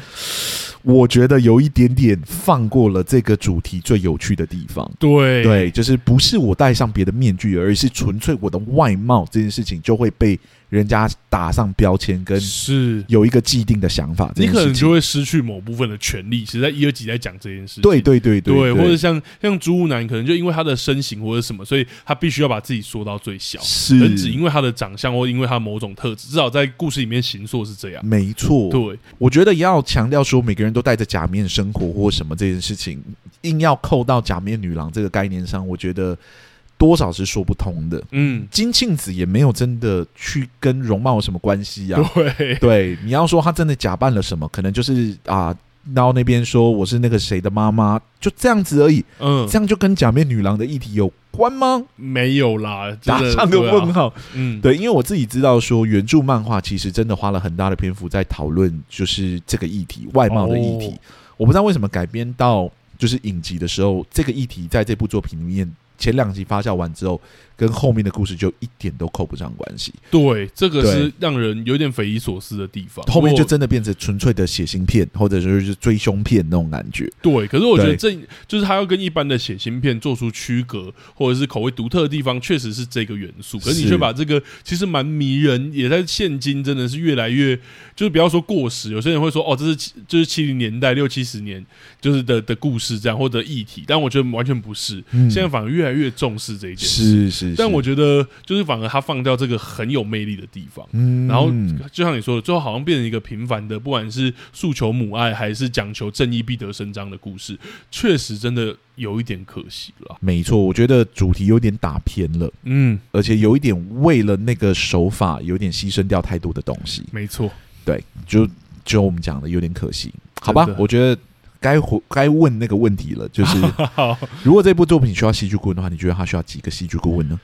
Speaker 1: 我觉得有一点点放过了这个主题最有趣的地方。
Speaker 2: 对，
Speaker 1: 对，就是不是我戴上别的面具，而是纯粹我的外貌这件事情就会被人家打上标签，跟
Speaker 2: 是
Speaker 1: 有一个既定的想法这
Speaker 2: 你
Speaker 1: 件
Speaker 2: 可
Speaker 1: 事
Speaker 2: 能就
Speaker 1: 情。
Speaker 2: 会失去某部分的权利。其实，在一、二集在讲这件事情，
Speaker 1: 对对对
Speaker 2: 对
Speaker 1: 对，
Speaker 2: 或者像像猪屋男，可能就因为他的身形或者什么，所以他必须要把自己缩到最小，人只
Speaker 1: 是
Speaker 2: 因为他的长相或因为他某种特质，至少在故事里面行说是这样。
Speaker 1: 没错。
Speaker 2: 对，
Speaker 1: 我觉得也要强调说，每个人都戴着假面生活或什么这件事情，硬要扣到假面女郎这个概念上，我觉得多少是说不通的。
Speaker 2: 嗯，
Speaker 1: 金庆子也没有真的去跟容貌有什么关系呀、
Speaker 2: 对，
Speaker 1: 对，你要说她真的假扮了什么，可能就是啊，到那边说我是那个谁的妈妈，就这样子而已。
Speaker 2: 嗯
Speaker 1: 这，样就跟假面女郎的议题有关吗？
Speaker 2: 没有啦，
Speaker 1: 打
Speaker 2: 真的
Speaker 1: 上个问，
Speaker 2: 对啊
Speaker 1: 号。
Speaker 2: 嗯，
Speaker 1: 对，因为我自己知道说，原著漫画其实真的花了很大的篇幅在讨论，就是这个议题，外貌的议题。
Speaker 2: 哦
Speaker 1: 我不知道为什么改编到就是影集的时候，这个议题在这部作品里面前两集发酵完之后，跟后面的故事就一点都扣不上关系，
Speaker 2: 对，这个
Speaker 1: 对
Speaker 2: 是让人有点匪夷所思的地方。
Speaker 1: 后面
Speaker 2: 如
Speaker 1: 就
Speaker 2: 果
Speaker 1: 真的变成纯粹的血腥片，或者就是追凶片那种感觉。
Speaker 2: 对，可是我觉得
Speaker 1: 对
Speaker 2: 这就是他要跟一般的血腥片做出区隔，或者是口味独特的地方，确实是这个元素。可是你
Speaker 1: 是
Speaker 2: 却把这个其实蛮迷人，也在现今真的是越来越，就是不要说过时，有些人会说哦，这是七就是七零年代六七十年就是的的故事这样或者议题，但我觉得完全不是，
Speaker 1: 嗯
Speaker 2: 现在反而越来越重视这一件事。
Speaker 1: 是是，
Speaker 2: 但
Speaker 1: 是
Speaker 2: 我觉得就是反而他放掉这个很有魅力的地方。
Speaker 1: 嗯
Speaker 2: 然后就像你说的，最后好像变成一个平凡的，不管是诉求母爱还是讲求正义必得伸张的故事，确实真的有一点可惜了。
Speaker 1: 没错，我觉得主题有点打偏了，
Speaker 2: 嗯，
Speaker 1: 而且有一点为了那个手法，有点牺牲掉太多的东西，
Speaker 2: 没错，
Speaker 1: 就就我们讲的有点可惜，好吧
Speaker 2: 真？的
Speaker 1: 我觉得该回该问那个问题了，就是
Speaker 2: 好，
Speaker 1: 如果这部作品需要戏剧顾问的话，你觉得他需要几个戏剧顾问呢？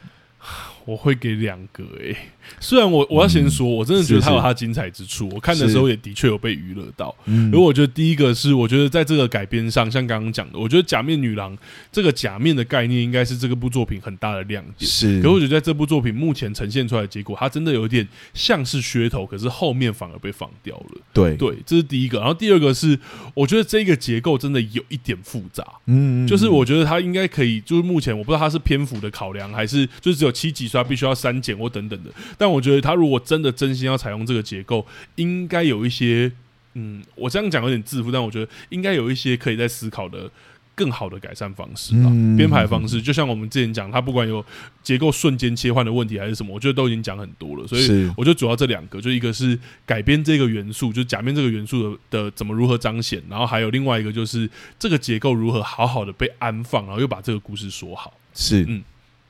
Speaker 2: 我会给两个诶、虽然我我要先说，我真的觉得
Speaker 1: 嗯是
Speaker 2: 它
Speaker 1: 是
Speaker 2: 有它精彩之处，我看的时候也的确有被娱乐到。
Speaker 1: 嗯
Speaker 2: 如果我觉得第一个是，我觉得在这个改编上，像刚刚讲的，我觉得假面女郎这个假面的概念应该是这个部作品很大的亮点。
Speaker 1: 是
Speaker 2: 可我觉得在这部作品目前呈现出来的结果，它真的有点像是噱头，可是后面反而被放掉了。
Speaker 1: 对，
Speaker 2: 对，这是第一个。然后第二个是，我觉得这个结构真的有一点复杂。
Speaker 1: 嗯
Speaker 2: 就是我觉得它应该可以，就是目前我不知道它是篇幅的考量，还是就是只有七集，所以它必须要删减或等等的。但我觉得它如果真的真心要采用这个结构，应该有一些，嗯，我这样讲有点自负，但我觉得应该有一些可以在思考的更好的改善方式吧
Speaker 1: 嗯，
Speaker 2: 编、排方式。就像我们之前讲，它不管有结构瞬间切换的问题还是什么，我觉得都已经讲很多了，所以
Speaker 1: 是
Speaker 2: 我就主要这两个，就一个是改编这个元素，就假面这个元素的的怎么如何彰显，然后还有另外一个就是这个结构如何好好的被安放，然后又把这个故事说好。
Speaker 1: 是
Speaker 2: 嗯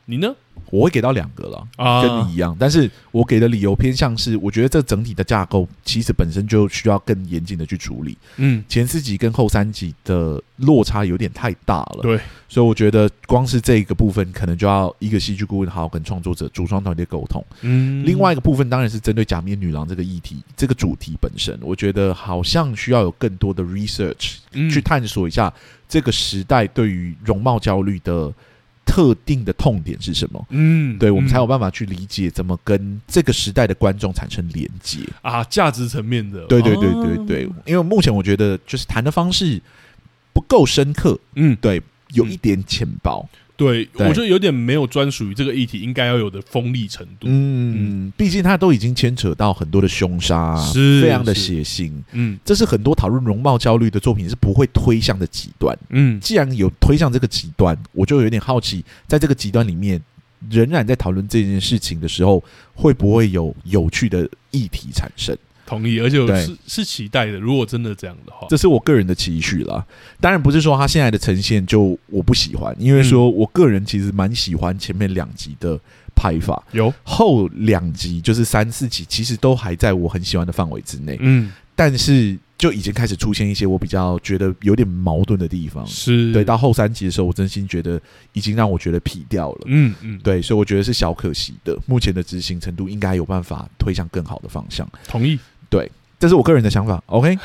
Speaker 2: 你呢？
Speaker 1: 我会给到两个了。
Speaker 2: 啊
Speaker 1: 跟你一样，但是我给的理由偏向是，我觉得这整体的架构其实本身就需要更严谨的去处理。
Speaker 2: 嗯，
Speaker 1: 前四集跟后三集的落差有点太大了，
Speaker 2: 对，
Speaker 1: 所以我觉得光是这一个部分，可能就要一个戏剧顾问好好跟创作者、主创团队沟通。
Speaker 2: 嗯
Speaker 1: 另外一个部分当然是针对假面女郎这个议题、这个主题本身，我觉得好像需要有更多的 research 去
Speaker 2: 去
Speaker 1: 探索一下这个时代对于容貌焦虑的特定的痛点是什么。
Speaker 2: 嗯，
Speaker 1: 对，我们才有
Speaker 2: 嗯
Speaker 1: 办法去理解怎么跟这个时代的观众产生连接。
Speaker 2: 啊价值层面的，
Speaker 1: 对对对
Speaker 2: 哦
Speaker 1: 对对，，因为目前我觉得就是谈的方式不够深刻，
Speaker 2: 嗯，
Speaker 1: 对，有
Speaker 2: 嗯
Speaker 1: 一点浅薄。
Speaker 2: 对，
Speaker 1: 对
Speaker 2: 我觉得有点没有专属于这个议题应该要有的锋利程度。
Speaker 1: 嗯，毕竟它都已经牵扯到很多的凶杀，
Speaker 2: 是
Speaker 1: 啊非常的血
Speaker 2: 是
Speaker 1: 腥。
Speaker 2: 嗯
Speaker 1: 这是很多讨论容貌焦虑的作品是不会推向的极端。
Speaker 2: 嗯，
Speaker 1: 既然有推向这个极端，我就有点好奇，在这个极端里面，仍然在讨论这件事情的时候，会不会有有趣的议题产生？
Speaker 2: 同意，而且我
Speaker 1: 对
Speaker 2: 是是期待的。如果真的这样的话，
Speaker 1: 这是我个人的期许啦。当然不是说他现在的呈现就我不喜欢，因为说我个人其实蛮喜欢前面两集的拍法，
Speaker 2: 有
Speaker 1: 后两集就是三四集，其实都还在我很喜欢的范围之内，
Speaker 2: 嗯
Speaker 1: 但是就已经开始出现一些我比较觉得有点矛盾的地方。
Speaker 2: 是
Speaker 1: 嗯对，到后三集的时候，我真心觉得已经让我觉得疲掉了。
Speaker 2: 嗯嗯，
Speaker 1: 对，所以我觉得是小可惜的。目前的执行程度应该有办法推向更好的方向。
Speaker 2: 同意。
Speaker 1: 这是我个人的想法，OK。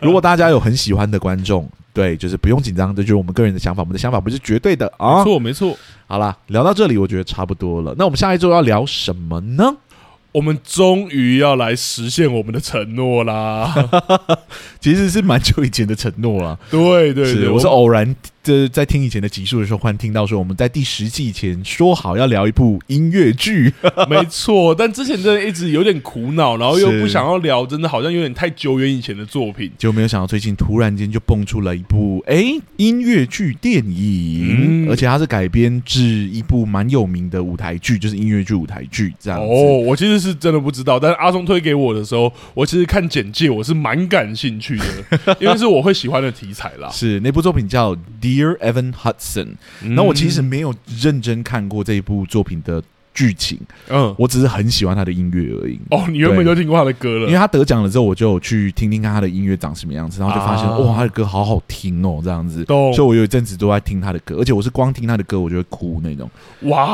Speaker 1: 如果大家有很喜欢的观众，对，就是不用紧张，这就是我们个人的想法，我们的想法不是绝对的
Speaker 2: 没
Speaker 1: 啊。
Speaker 2: 错，没错。
Speaker 1: 好啦，聊到这里，我觉得差不多了。那我们下一周要聊什么呢？
Speaker 2: 我们终于要来实现我们的承诺啦！
Speaker 1: 其实是蛮久以前的承诺了，
Speaker 2: 对对对，
Speaker 1: 是我是偶然就是在听以前的集数的时候，忽然听到说我们在第十季以前说好要聊一部音乐剧，
Speaker 2: 没错，但之前真的一直有点苦恼，然后又
Speaker 1: 是
Speaker 2: 不想要聊，真的好像有点太久远以前的作品。
Speaker 1: 结果没有想到最近突然间就蹦出了一部哎、诶音乐剧电影，
Speaker 2: 嗯
Speaker 1: 而且它是改编自一部蛮有名的舞台剧，就是音乐剧舞台剧这样子。
Speaker 2: 哦，我其实是真的不知道，但是阿松推给我的时候，我其实看简介我是蛮感兴趣 的，因为是我会喜欢的题材啦。
Speaker 1: 是那部作品叫《Dear Evan Hudson》，那我其实没有认真看过这一部作品的剧情，
Speaker 2: 嗯，
Speaker 1: 我只是很喜欢他的音乐而已。
Speaker 2: 哦，你原本
Speaker 1: 对
Speaker 2: 就听过他的歌
Speaker 1: 因为
Speaker 2: 了，
Speaker 1: 他得奖了之后，我就有去听听看他的音乐长什么样子，然后就发现、
Speaker 2: 啊
Speaker 1: 哇，他的歌好好听哦，这样子。
Speaker 2: 懂
Speaker 1: 所以我有一阵子都在听他的歌，而且我是光听他的歌我就会哭那种。
Speaker 2: 哇，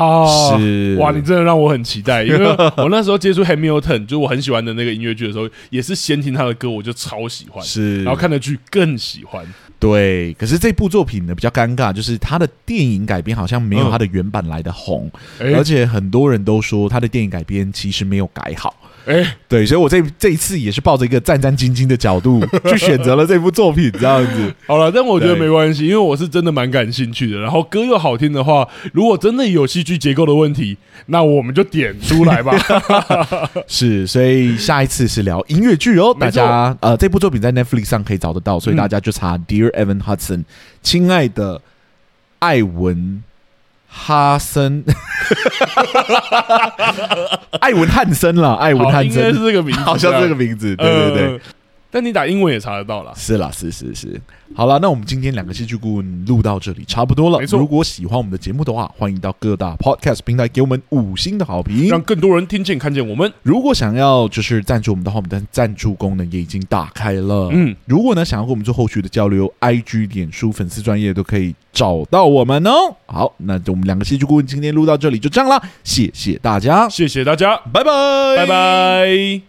Speaker 1: 是
Speaker 2: 哦哇，你真的让我很期待，因 为我那时候接触 Hamilton，就是我很喜欢的那个音乐剧的时候，也是先听他的歌，我就超喜欢，
Speaker 1: 是，
Speaker 2: 然后看的剧更喜欢。
Speaker 1: 对。可是这部作品呢比较尴尬，就是他的电影改编好像没
Speaker 2: 嗯
Speaker 1: 有他的原版来的红，
Speaker 2: 哎
Speaker 1: 而且很多人都说他的电影改编其实没有改好。
Speaker 2: 哎，
Speaker 1: 对，所以我这这一次也是抱着一个战战兢兢的角 度去选择了这部作品，这样子。
Speaker 2: 好了，但我觉得
Speaker 1: 对
Speaker 2: 没关系，因为我是真的蛮感兴趣的。然后歌又好听的话，如果真的有戏剧结构的问题，那我们就点出 来吧。
Speaker 1: 是，所以下一次是聊音乐剧哦，
Speaker 2: 没
Speaker 1: 大
Speaker 2: 错
Speaker 1: 家呃，这部作品在 Netflix 上可以找得到，所以
Speaker 2: 嗯
Speaker 1: 大家就查 Dear Evan Hudson，亲爱的艾文哈森， 艾文汉森了，艾文
Speaker 2: 好，
Speaker 1: 汉
Speaker 2: 应该是
Speaker 1: 森，
Speaker 2: 这个名字，
Speaker 1: 好像这个名字，对对对。
Speaker 2: 呃但你打英文也查得到啦。
Speaker 1: 是啦，是是是，好了，那我们今天两个戏剧顾问录到这里差不多了。
Speaker 2: 没错
Speaker 1: 如果喜欢我们的节目的话，欢迎到各大 podcast 平台给我们五星的好
Speaker 2: 让
Speaker 1: 评。
Speaker 2: 更多人听见看见我们。
Speaker 1: 如果想要就是赞助我们的话，我们的赞助功能也已经打开了。
Speaker 2: 嗯，
Speaker 1: 如果呢想要跟我们做后续的交流，IG、脸书、粉丝专业都可以找到我们哦。好，那我们两个戏剧顾问今天录到这里就这样啦，谢谢大家，
Speaker 2: 谢谢大家，
Speaker 1: 拜拜，
Speaker 2: 拜。拜。